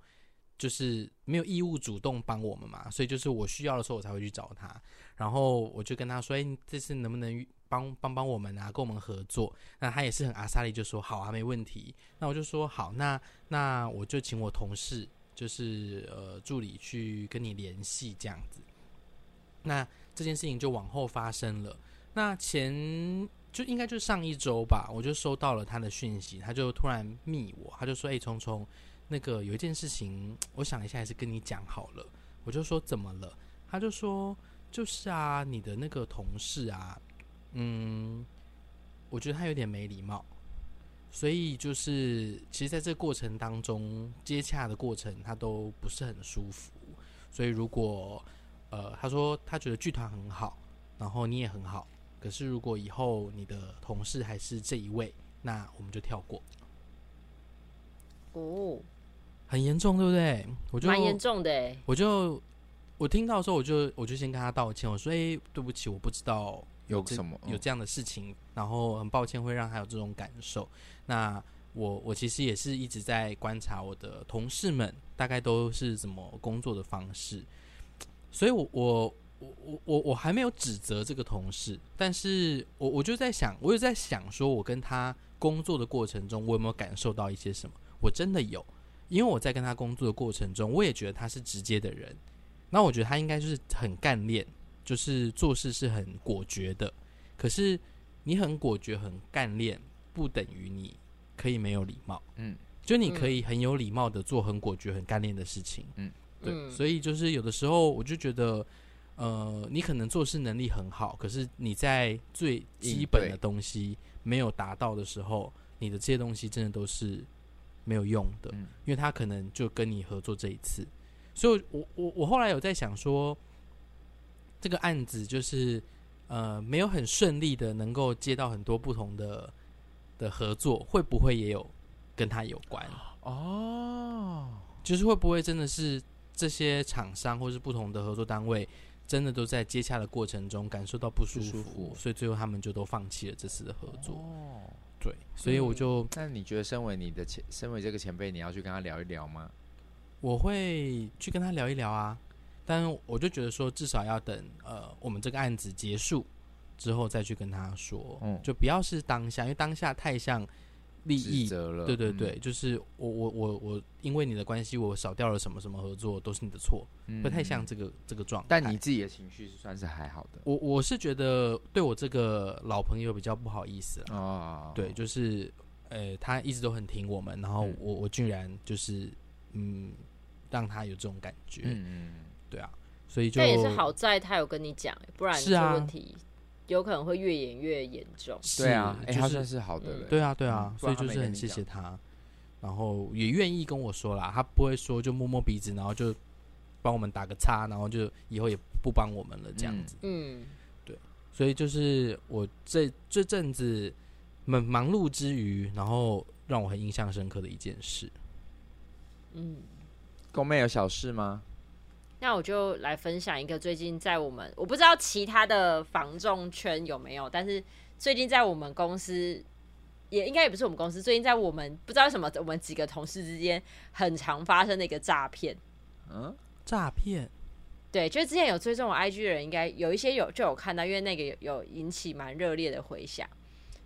Speaker 1: 就是没有义务主动帮我们嘛，所以就是我需要的时候我才会去找他，然后我就跟他说，哎、你这次能不能帮帮帮我们啊，跟我们合作？那他也是很阿萨利，就说好啊，没问题。那我就说好，那那我就请我同事，就是呃助理去跟你联系这样子。那这件事情就往后发生了。那前就应该就是上一周吧，我就收到了他的讯息，他就突然密我，他就说：“哎、聪聪，那个有一件事情，我想一下，还是跟你讲好了。”我就说：“怎么了？”他就说：“就是啊，你的那个同事啊，嗯，我觉得他有点没礼貌，所以就是其实在这过程当中接洽的过程，他都不是很舒服。所以如果呃，他说他觉得剧团很好，然后你也很好，可是如果以后你的同事还是这一位，那我们就跳过，
Speaker 3: 哦，
Speaker 1: 很严重，对不对？我就
Speaker 3: 蛮严重的哎，
Speaker 1: 我就我听到的时候，我就我就先跟他道歉，我说：“哎、对不起，我不知道
Speaker 2: 有
Speaker 1: 这
Speaker 2: 什么嗯
Speaker 1: 有这样的事情，然后很抱歉会让他有这种感受。那我我其实也是一直在观察我的同事们大概都是怎么工作的方式，所以我我。我我我我还没有指责这个同事，但是我我就在想，我有在想，说我跟他工作的过程中，我有没有感受到一些什么？我真的有，因为我在跟他工作的过程中，我也觉得他是直接的人，那我觉得他应该就是很干练，就是做事是很果决的。可是你很果决、很干练，不等于你可以没有礼貌。
Speaker 2: 嗯，
Speaker 1: 就你可以很有礼貌的做很果决、很干练的事情。对，
Speaker 3: 嗯，
Speaker 1: 所以就是有的时候我就觉得，呃，你可能做事能力很好，可是你在最基本的东西没有达到的时候，你的这些东西真的都是没有用的，
Speaker 2: 嗯
Speaker 1: 因为他可能就跟你合作这一次。所以我，我我我后来有在想说，这个案子就是呃没有很顺利的能够接到很多不同的的合作，会不会也有跟他有关？
Speaker 2: 哦，
Speaker 1: 就是会不会真的是这些厂商或是不同的合作单位，真的都在接洽的过程中感受到不舒服，
Speaker 2: 不舒服
Speaker 1: 所以最后他们就都放弃了这次的合作。
Speaker 2: 哦，嗯
Speaker 1: 对，所以我就、
Speaker 2: 那你觉得身为你的前，身为这个前辈，你要去跟他聊一聊吗？
Speaker 1: 我会去跟他聊一聊啊，但我就觉得说，至少要等呃我们这个案子结束之后再去跟他说，
Speaker 2: 嗯
Speaker 1: 就不要是当下，因为当下太像利
Speaker 2: 指
Speaker 1: 益
Speaker 2: 责了，
Speaker 1: 对对
Speaker 2: 嗯
Speaker 1: 对，，就是我我我我，因为你的关系，我少掉了什么什么合作，都是你的错，
Speaker 2: 嗯
Speaker 1: 会太像这个哎这个状态。
Speaker 2: 但你自己的情绪是算是还好的
Speaker 1: 我我是觉得对我这个老朋友比较不好意思了。
Speaker 2: 哦，
Speaker 1: 对，就是呃，他一直都很挺我们，然后
Speaker 2: 嗯
Speaker 1: 我我居然就是嗯，让他有这种感觉，
Speaker 2: 嗯嗯
Speaker 1: 对啊，所以就
Speaker 3: 但也是好在他有跟你讲，欸不然
Speaker 1: 是
Speaker 3: 这
Speaker 1: 啊
Speaker 3: 问题有可能会越演越严重。
Speaker 1: 是，
Speaker 2: 对啊，哎，
Speaker 1: 就
Speaker 2: 他
Speaker 1: 是
Speaker 2: 算是好的
Speaker 3: 嗯
Speaker 2: 了，
Speaker 1: 对啊对啊
Speaker 2: 嗯，不
Speaker 1: 所以
Speaker 2: 然他
Speaker 1: 就
Speaker 2: 没
Speaker 1: 是
Speaker 2: 跟
Speaker 1: 很
Speaker 2: 你
Speaker 1: 谢
Speaker 2: 讲
Speaker 1: 谢他，然后也愿意跟我说啦，他不会说就摸摸鼻子，然后就帮我们打个叉，然后就以后也不帮我们了这样
Speaker 2: 嗯
Speaker 1: 子。
Speaker 3: 嗯，
Speaker 1: 所以就是我这这阵子忙忙碌之余，然后让我很印象深刻的一件事。
Speaker 2: 公妹有小事吗？
Speaker 3: 嗯那我就来分享一个最近在我们，我不知道其他的房仲圈有没有，但是最近在我们公司，也应该也不是我们公司，最近在我们不知道为什么，我们几个同事之间很常发生的一个诈骗。
Speaker 2: 嗯，
Speaker 1: 诈骗，
Speaker 3: 对，就是之前有追踪我 IG 的人，应该有一些有就有看到，因为那个有有引起蛮热烈的回响。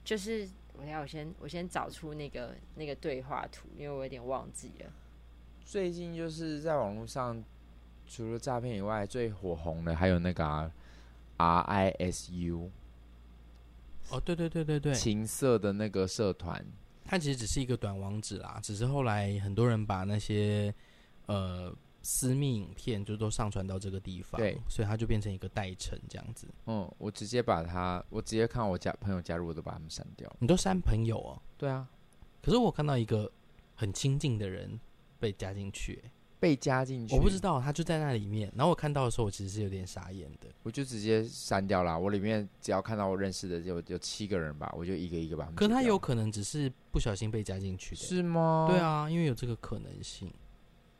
Speaker 3: 就是我要我先我先找出那个那个对话图，因为我有点忘记了。
Speaker 2: 最近就是在网络上，除了诈骗以外，最火红的还有那个啊 RISU
Speaker 1: 哦，对对对对对，
Speaker 2: 情色的那个社团，
Speaker 1: 它其实只是一个短网址啦，只是后来很多人把那些呃私密影片就都上传到这个地方，
Speaker 2: 对，
Speaker 1: 所以它就变成一个代称这样子。
Speaker 2: 嗯，我直接把他，我直接看我加朋友加入，我都把他们删掉了。
Speaker 1: 你都删朋友哦，
Speaker 2: 对啊，
Speaker 1: 可是我看到一个很亲近的人被加进去、
Speaker 2: 被加进去，
Speaker 1: 我不知，道他就在那里面，然后我看到的时候，我其实是有点傻眼的。
Speaker 2: 我就直接删掉啦。我里面只要看到我认识的有有七个人吧，我就一个一个把他们
Speaker 1: 可
Speaker 2: 解掉。
Speaker 1: 他有可能只是不小心被加进去的，
Speaker 2: 是哦吗？
Speaker 1: 对，啊，因为有这个可能性，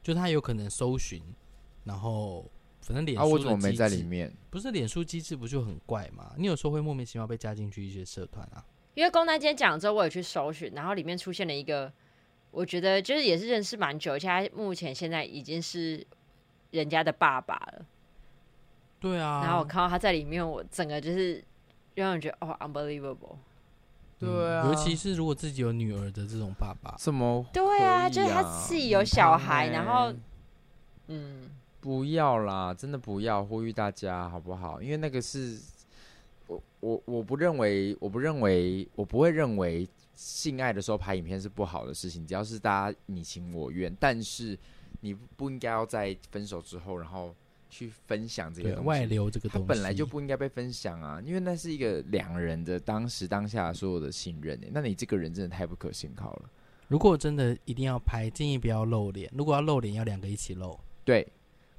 Speaker 1: 就他有可能搜寻，然后反正脸
Speaker 2: 啊，
Speaker 1: 书
Speaker 2: 我
Speaker 1: 的
Speaker 2: 怎么没
Speaker 1: 机
Speaker 2: 在
Speaker 1: 制
Speaker 2: 里？面？
Speaker 1: 不是脸书机制不就很怪吗？你有时候会莫名其妙被加进去一些社团啊，
Speaker 3: 因为公奈今天讲了之后，我有去搜寻，然后里面出现了一个，我觉得就是也是认识蛮久，而且他目前现在已经是人家的爸爸了。
Speaker 1: 对啊，
Speaker 3: 然后我看到他在里面，我整个就是让人觉得哦，unbelievable。
Speaker 1: 嗯
Speaker 2: 对啊
Speaker 1: 尤其是如果自己有女儿的这种爸爸，
Speaker 2: 怎么可以、
Speaker 3: 对啊，就是他自
Speaker 1: 嗯
Speaker 3: 己有小孩，
Speaker 2: 很胖欸
Speaker 3: 然后嗯，
Speaker 2: 不要啦，真的不要，呼吁大家好不好？因为那个是，我我我不认为，我不认为，我不会认为性爱的时候拍影片是不好的事情，只要是大家你情我愿。但是你不应该要在分手之后，然后去分享这些
Speaker 1: 对
Speaker 2: 东西。
Speaker 1: 外流这个
Speaker 2: 它
Speaker 1: 东西，
Speaker 2: 本来就不应该被分享啊，因为那是一个两人的当时当下所有的信任、欸。那你这个人真的太不可信靠了。
Speaker 1: 如果真的一定要拍，建议不要露脸。如果要露脸，要两个一起露。
Speaker 2: 对，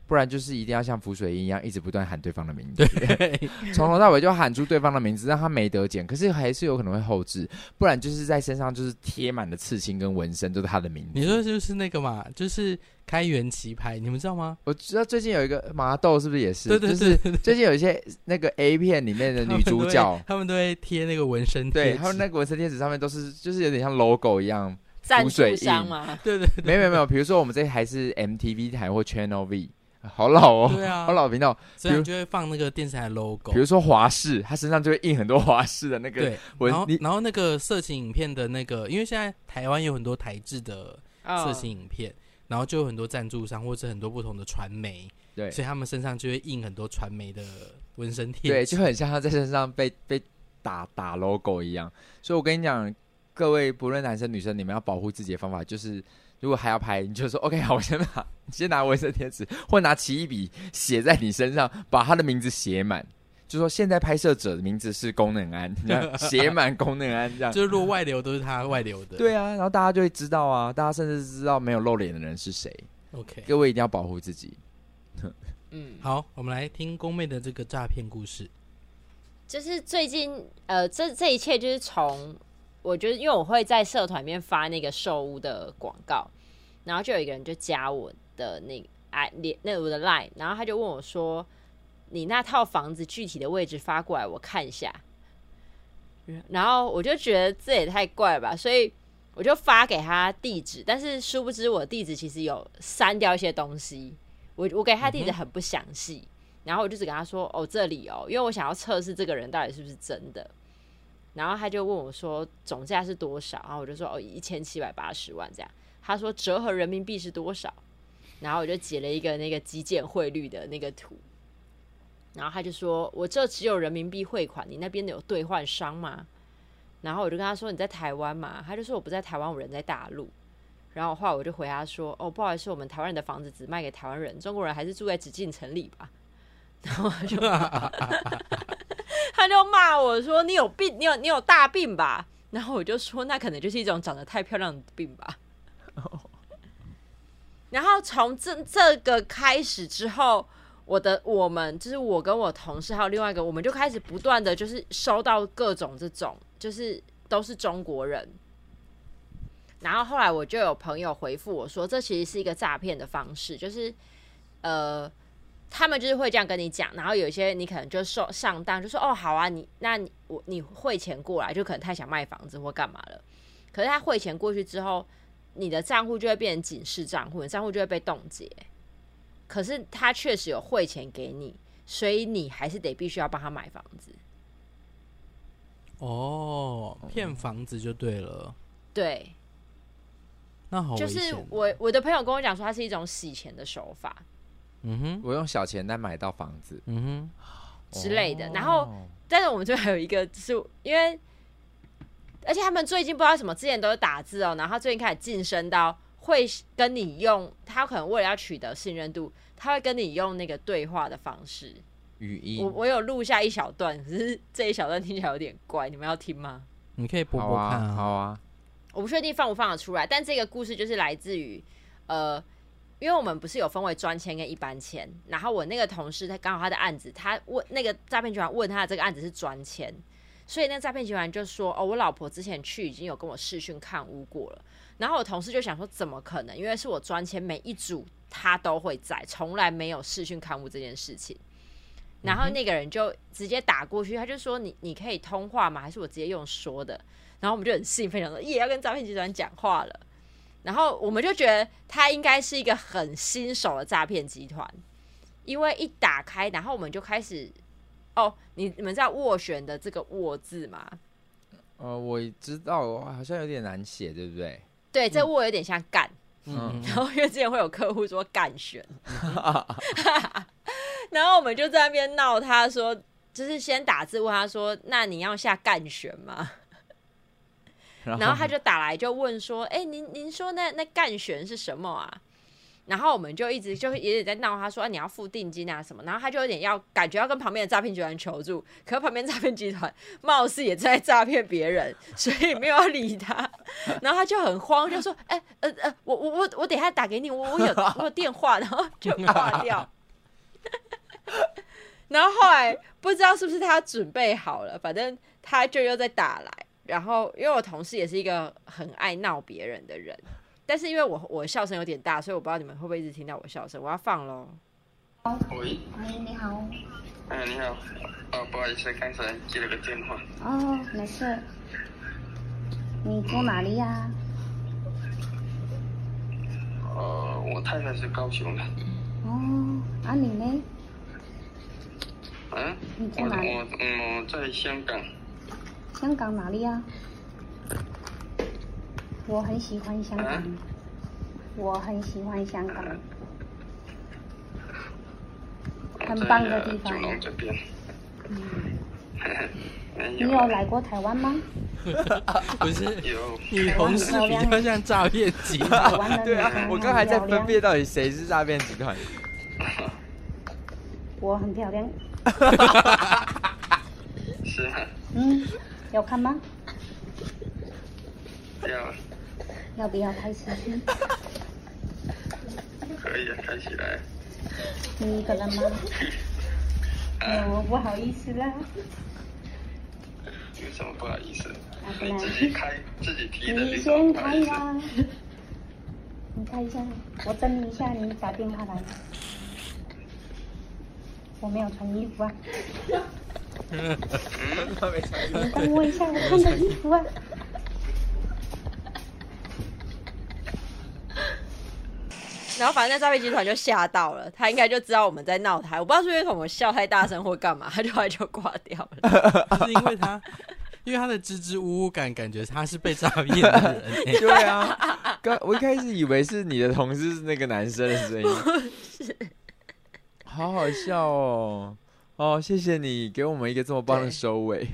Speaker 2: 不然就是一定要像浮水印一样，一直不断喊对方的名字
Speaker 1: 对，
Speaker 2: 从头到尾就喊出对方的名字，让他没得剪。可是还是有可能会后置，不然就是在身上就是贴满了刺青跟纹身，都是他的名字。
Speaker 1: 你说就是那个嘛，就是开源棋牌，你们知道吗？
Speaker 2: 我知道最近有一个麻豆，是不是也是？
Speaker 1: 对对
Speaker 2: 就是
Speaker 1: 对对，
Speaker 2: 最近有一些那个 A 片 里面的女主角，
Speaker 1: 他们都会贴那个纹身贴
Speaker 2: 对，
Speaker 1: 纸，
Speaker 2: 还有那个纹身贴纸上面都是，就是有点像 logo 一样。
Speaker 3: 赞
Speaker 2: 浮水
Speaker 3: 助商
Speaker 2: 印
Speaker 3: 嘛，
Speaker 1: 对对
Speaker 2: 没有没有没有，比如说我们这还是 MTV 台或 Channel V，好老哦，
Speaker 1: 对啊
Speaker 2: 好老频道。
Speaker 1: 所以他们就会放那个电视台的 logo
Speaker 2: 比。如说华视，他身上就会印很多华视的那个
Speaker 1: 对，
Speaker 2: 纹
Speaker 1: 然后
Speaker 2: 你
Speaker 1: 然后那个色情影片的那个，因为现在台湾有很多台制的色
Speaker 3: 哦
Speaker 1: 情影片，然后就有很多赞助商或者很多不同的传媒，
Speaker 2: 对
Speaker 1: 所以他们身上就会印很多传媒的纹身贴。
Speaker 2: 对，就很像他在身上被被打打 logo 一样。所以我跟你讲，各位不论男生女生，你们要保护自己的方法就是。如果还要拍，你就说 OK，好，我先拿，你先拿纹身贴纸，或拿奇异笔写在你身上，把他的名字写满，就说现在拍摄者的名字是功能安， 这样写满功能安这 样。
Speaker 1: 就是如果外流都是他外流的。
Speaker 2: 对啊，然后大家就会知道啊，大家甚至知道没有露脸的人是谁。
Speaker 1: ，OK，
Speaker 2: 各位一定要保护自己。
Speaker 3: 嗯，
Speaker 1: 好，我们来听宫妹的这个诈骗故事。
Speaker 3: 就是最近呃，这这一切就是从我觉得，因为我会在社团里面发那个售屋的广告，然后就有一个人就加我的那个哎连那我的 line，然后他就问我说：“你那套房子具体的位置发过来，我看一下。”然后我就觉得这也太怪了吧，所以我就发给他地址，但是殊不知我地址其实有删掉一些东西，我我给他地址
Speaker 1: 嗯
Speaker 3: 很不详细，然后我就只跟他说哦这里哦，因为我想要测试这个人到底是不是真的，然后他就问我说总价是多少，然后我就说哦一千七百八十万这样，他说折合人民币是多少，然后我就截了一个那个极简汇率的那个图，然后他就说我这只有人民币汇款，你那边的有兑换商吗？然后我就跟他说你在台湾嘛，他就说我不在台湾，我人在大陆。然后后来我就回他说：“哦，不好意思，我们台湾人的房子只卖给台湾人，中国人还是住在紫禁城里吧。”然后他就他就骂我说：“你有病，你有你有大病吧？”然后我就说：“那可能就是一种长得太漂亮的病吧。”然后从这这个开始之后，我的我们就是我跟我同事还有另外一个，我们就开始不断的就是收到各种这种，就是都是中国人。然后后来我就有朋友回复我说，这其实是一个诈骗的方式，就是呃，他们就是会这样跟你讲，然后有一些你可能就受上当，就说哦好啊，你那你我你汇钱过来，就可能太想卖房子或干嘛了。可是他汇钱过去之后，你的账户就会变成警示账户，你账户就会被冻结。可是他确实有汇钱给你，所以你还是得必须要帮他买房子。
Speaker 1: 哦，
Speaker 2: 嗯
Speaker 1: 骗房子就对了，
Speaker 3: 对，
Speaker 1: 那好
Speaker 3: 就
Speaker 1: 危
Speaker 3: 是
Speaker 1: 险。哦
Speaker 3: 我我的朋友跟我讲说，它是一种洗钱的手法
Speaker 1: 嗯哼，
Speaker 2: 我用小钱单买到房子哦
Speaker 1: 嗯哼，
Speaker 3: 之类
Speaker 1: 哦
Speaker 3: 的。然后，但是我们这边还有一个，就是因为，而且他们最近不知道为什么，之前都是打字哦，然后他最近开始晋升到会跟你用，他可能为了要取得信任度，他会跟你用那个对话的方式。
Speaker 2: 语音
Speaker 3: 我我有录下一小段，可是这一小段听起来有点怪，你们要听吗？
Speaker 1: 你可以播
Speaker 2: 好
Speaker 1: 播看
Speaker 2: 啊，好啊，
Speaker 3: 我不确定放不放得出来，但这个故事就是来自于，呃，因为我们不是有分为专签跟一般签，然后我那个同事他刚好他的案子，他问那个诈骗集团问他的这个案子是专签，所以那个诈骗集团就说，哦，我老婆之前去已经有跟我视讯看屋过了，然后我同事就想说，怎么可能？因为是我专签，每一组他都会在，从来没有视讯看屋这件事情。然后那个人就直接打过去，他就说你你可以通话吗？还是我直接用说的？然后我们就很兴奋，想说也要跟诈骗集团讲话了。然后我们就觉得他应该是一个很新手的诈骗集团，因为一打开，然后我们就开始哦，你你们知道斡旋的这个“斡”字吗？
Speaker 2: 呃，我知道，好像有点难写，对不对？
Speaker 3: 对，这“斡”有点像干，
Speaker 1: 嗯
Speaker 3: 然后因为之前会有客户说干选， 然后我们就在那边闹他说，就是先打字问他说，那你要下干选吗？
Speaker 2: 然
Speaker 3: 然后他就打来就问说，哎、您您说那那干旋是什么啊？然后我们就一直就也在闹，他说、啊、你要付定金啊什么，然后他就有点要感觉要跟旁边的诈骗集团求助，可是旁边诈骗集团 貌似也在诈骗别人， 所以没有要理他， 然后他就很慌，就说哎、呃呃，我我我我等一下打给你，我我有我有电话，然后就挂掉。然后后来不知道是不是他准备好了，反正他就又在打来。然后因为我同事也是一个很爱闹别人的人，但是因为我我笑声有点大，所以我不知道你们会不会一直听到我笑声。我要放喽。
Speaker 4: 喂，
Speaker 5: 喂，你好。
Speaker 4: 嗯、你好，哦，不好意思，刚才接了个电话，
Speaker 5: 哦，没事。你住哪里呀？
Speaker 4: 呃，我太太是高雄的，
Speaker 5: 哦，啊你呢？
Speaker 4: 嗯，
Speaker 5: 你
Speaker 4: 我
Speaker 5: 住哪里？
Speaker 4: 我嗯我在香港，
Speaker 5: 香港哪里呀？我很喜欢香
Speaker 2: 啊
Speaker 5: 港，我很喜欢香港，
Speaker 4: 我
Speaker 5: 很
Speaker 4: 在
Speaker 5: 棒的
Speaker 4: 呃
Speaker 5: 地方
Speaker 4: 九龙这边，嗯，
Speaker 5: 你
Speaker 4: 有啊
Speaker 5: 有来过台湾吗？
Speaker 1: 不是
Speaker 4: 有，
Speaker 1: 女同事比较像诈骗集团，
Speaker 5: 台湾的女
Speaker 2: 对啊
Speaker 5: 生，
Speaker 2: 我
Speaker 5: 很
Speaker 2: 刚还在
Speaker 5: 漂
Speaker 2: 分
Speaker 5: 亮
Speaker 2: 辨到底谁是诈骗集 团。
Speaker 5: 我很漂亮，
Speaker 4: 是啊，
Speaker 5: 嗯，有看吗？
Speaker 4: 要
Speaker 5: 要不要拍视频？
Speaker 4: 可以啊，开起来，
Speaker 5: 你一个人吗？我不好意思啦，
Speaker 4: 有什么不好意思？
Speaker 5: 啊不
Speaker 4: 你
Speaker 5: 然
Speaker 4: 自己开，自己提的，
Speaker 5: 你
Speaker 4: 你怎么
Speaker 5: 先
Speaker 4: 不好
Speaker 5: 开
Speaker 4: 意思？
Speaker 5: 呀、你开一下，我整理一下你打电话来。我没有穿衣服啊，你帮我一下，我看看衣服啊。
Speaker 3: 然后反正那诈骗集团就吓到了，他应该就知道我们在闹他，我不知道是因为我笑太大声或干嘛，他就后来就挂掉了。
Speaker 1: 是因为他，因为他的支支吾吾感，感觉他是被诈骗的人 欸、
Speaker 2: 对啊，刚我一开始以为是你的同事是那个男生的声音，好好笑哦。哦，谢谢你给我们一个这么棒的
Speaker 3: 对
Speaker 2: 收尾。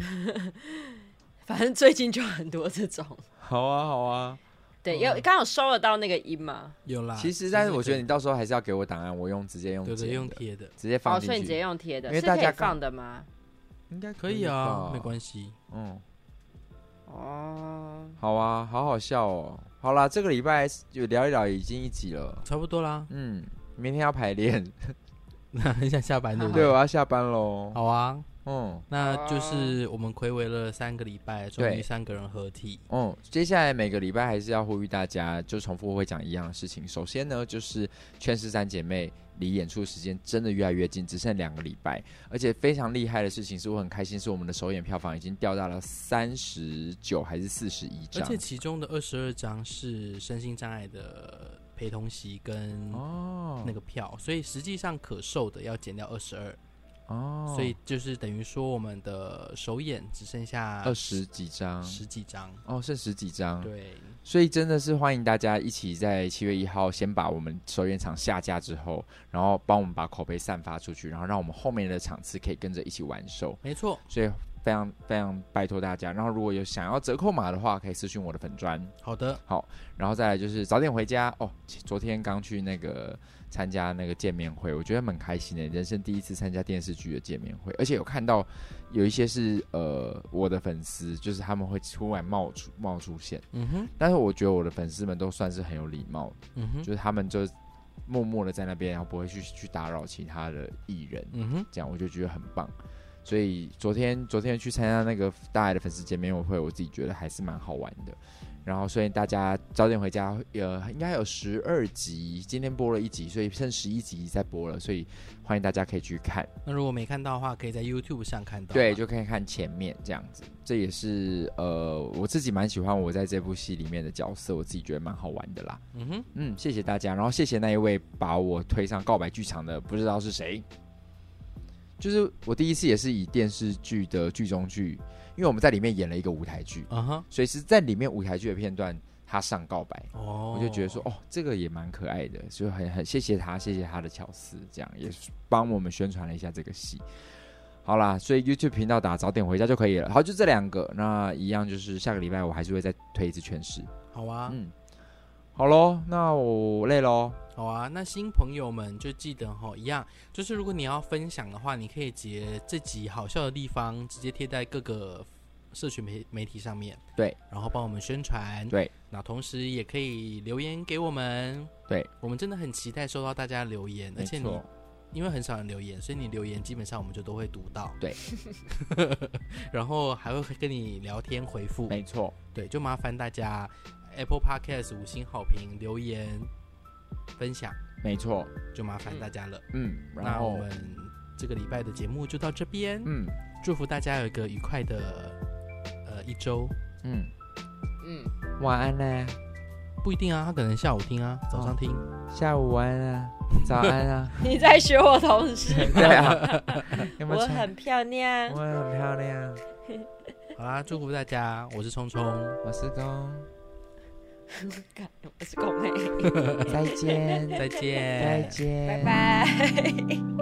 Speaker 3: 反正最近就很多这种，
Speaker 2: 好啊，好啊。
Speaker 3: 对，有刚好收得到那个音嘛，
Speaker 1: 有啦，
Speaker 2: 其实，但是我觉得你
Speaker 1: 你
Speaker 2: 到时候还是要给我档案，我用直接用
Speaker 1: 有的
Speaker 2: 剪
Speaker 1: 用
Speaker 2: 的
Speaker 1: 贴的
Speaker 2: 直接
Speaker 3: 哦，
Speaker 2: 放进
Speaker 3: 所以你直接
Speaker 2: 去，
Speaker 3: 用贴的，
Speaker 2: 因为
Speaker 3: 是
Speaker 2: 大
Speaker 3: 可
Speaker 2: 家
Speaker 3: 以
Speaker 2: 刚
Speaker 3: 放的吗？
Speaker 2: 应该
Speaker 1: 可以啊，没关系。
Speaker 2: 嗯，
Speaker 3: 哦，
Speaker 2: 好啊，好好笑哦。好啦，这个礼拜就聊一聊，已经一集了。
Speaker 1: 差不多啦，
Speaker 2: 嗯，明天要排练，
Speaker 1: 那很想下 班对不
Speaker 2: 对，
Speaker 1: 对？
Speaker 2: 我要下班喽。
Speaker 1: 好啊，
Speaker 2: 嗯
Speaker 1: 那就是我们暌违了三个礼拜，终于
Speaker 2: 啊对
Speaker 1: 三个人合体。
Speaker 2: 嗯，接下来每个礼拜还是要呼吁大家，就重复会讲一样的事情。首先呢，就是《劝世三姐妹》离演出时间真的越来越近，只剩两个礼拜，而且非常厉害的事情是我很开心，是我们的首演票房已经掉到了三十九还是啊四十一
Speaker 1: 而
Speaker 2: 张
Speaker 1: 且其中的二十二张是身心障碍的陪同席跟
Speaker 2: 哦
Speaker 1: 那个票，所以实际上可售的要减掉二十二，
Speaker 2: 哦，
Speaker 1: 所以就是等于说我们的首演只剩下
Speaker 2: 二十几张
Speaker 1: 十几张。
Speaker 2: 哦，剩十几张，
Speaker 1: 对，
Speaker 2: 所以真的是欢迎大家一起在七月一号先把我们首演场下架之后，然后帮我们把口碑散发出去，然后让我们后面的场次可以跟着一起完售。
Speaker 1: 没错，
Speaker 2: 所以非常非常拜托大家。然后如果有想要折扣码的话，可以私信我的粉砖。
Speaker 1: 好的，
Speaker 2: 然后再来就是早点回家哦。其昨天刚去那个参加那个见面会，我觉得蛮开心的，人生第一次参加电视剧的见面会，而且有看到有一些是呃我的粉丝，就是他们会突然冒出冒出现，
Speaker 1: 嗯哼，
Speaker 2: 但是我觉得我的粉丝们都算是很有礼貌的，
Speaker 1: 嗯哼，
Speaker 2: 就是他们就默默的在那边，然后不会去去打扰其他的艺人。
Speaker 1: 嗯哼，
Speaker 2: 这样我就觉得很棒。所以昨天昨天去参加那个大爱的粉丝见面会，我自己觉得还是蛮好玩的。然后，所以大家早点回家，呃，应该有十二集，今天播了一集，所以剩十一集在播了，所以欢迎大家可以去看，
Speaker 1: 那如果没看到的话，可以在 YouTube 上看到嘛。
Speaker 2: 对，就可以看前面这样子。这也是呃，我自己蛮喜欢我在这部戏里面的角色，我自己觉得蛮好玩的啦。
Speaker 1: 嗯哼，
Speaker 2: 嗯，谢谢大家，然后谢谢那一位把我推上告白剧场的，不知道是谁。就是我第一次也是以电视剧的剧中剧，因为我们在里面演了一个舞台剧，
Speaker 1: 啊哈，
Speaker 2: 所以是在里面舞台剧的片段，他上告白，
Speaker 1: 哦，
Speaker 2: 我就觉得说，哦，这个也蛮可爱的，就很很谢谢他，谢谢他的巧思，这样也是帮我们宣传了一下这个戏。好啦，所以 YouTube 频道打早点回家就可以了。好，就这两个，那一样就是下个礼拜我还是会再推一次全市。
Speaker 1: 好啊，
Speaker 2: 嗯，好喽，那我累喽，
Speaker 1: 好啊，那新朋友们就记得哈、一样就是如果你要分享的话，你可以截这集好笑的地方，直接贴在各个社群媒媒体上面，
Speaker 2: 对，
Speaker 1: 然后帮我们宣传，
Speaker 2: 对，
Speaker 1: 那同时也可以留言给我们，
Speaker 2: 对，
Speaker 1: 我们真的很期待收到大家的留言，而
Speaker 2: 没
Speaker 1: 且你
Speaker 2: 错，
Speaker 1: 因为很少人留言，所以你留言基本上我们就都会读到，
Speaker 2: 对，
Speaker 1: 然后还会跟你聊天回复，
Speaker 2: 没错，
Speaker 1: 对，就麻烦大家 Apple Podcast 五星好评留言分享，
Speaker 2: 没错，
Speaker 1: 就麻烦大家了。
Speaker 2: 嗯，然
Speaker 1: 那我
Speaker 2: 后，
Speaker 1: 们这个礼拜的节目就到这边，
Speaker 2: 嗯
Speaker 1: 祝福大家有一个愉快的呃一周，
Speaker 2: 嗯，
Speaker 3: 嗯，
Speaker 2: 晚安啊呢，
Speaker 1: 不一定啊，他可能下午听啊，早上听，
Speaker 2: 下午晚安 啊，早安啊，
Speaker 3: 你在学我同事，
Speaker 2: 对啊， 有没
Speaker 3: 我
Speaker 2: 有穿？
Speaker 3: 很漂亮
Speaker 2: 我。很漂亮，
Speaker 1: 好啦，祝福大家，我是聪聪，
Speaker 2: 我是公，
Speaker 3: 干我是公妹，
Speaker 2: 再见，
Speaker 1: 再见，
Speaker 2: 再见，
Speaker 3: 拜拜。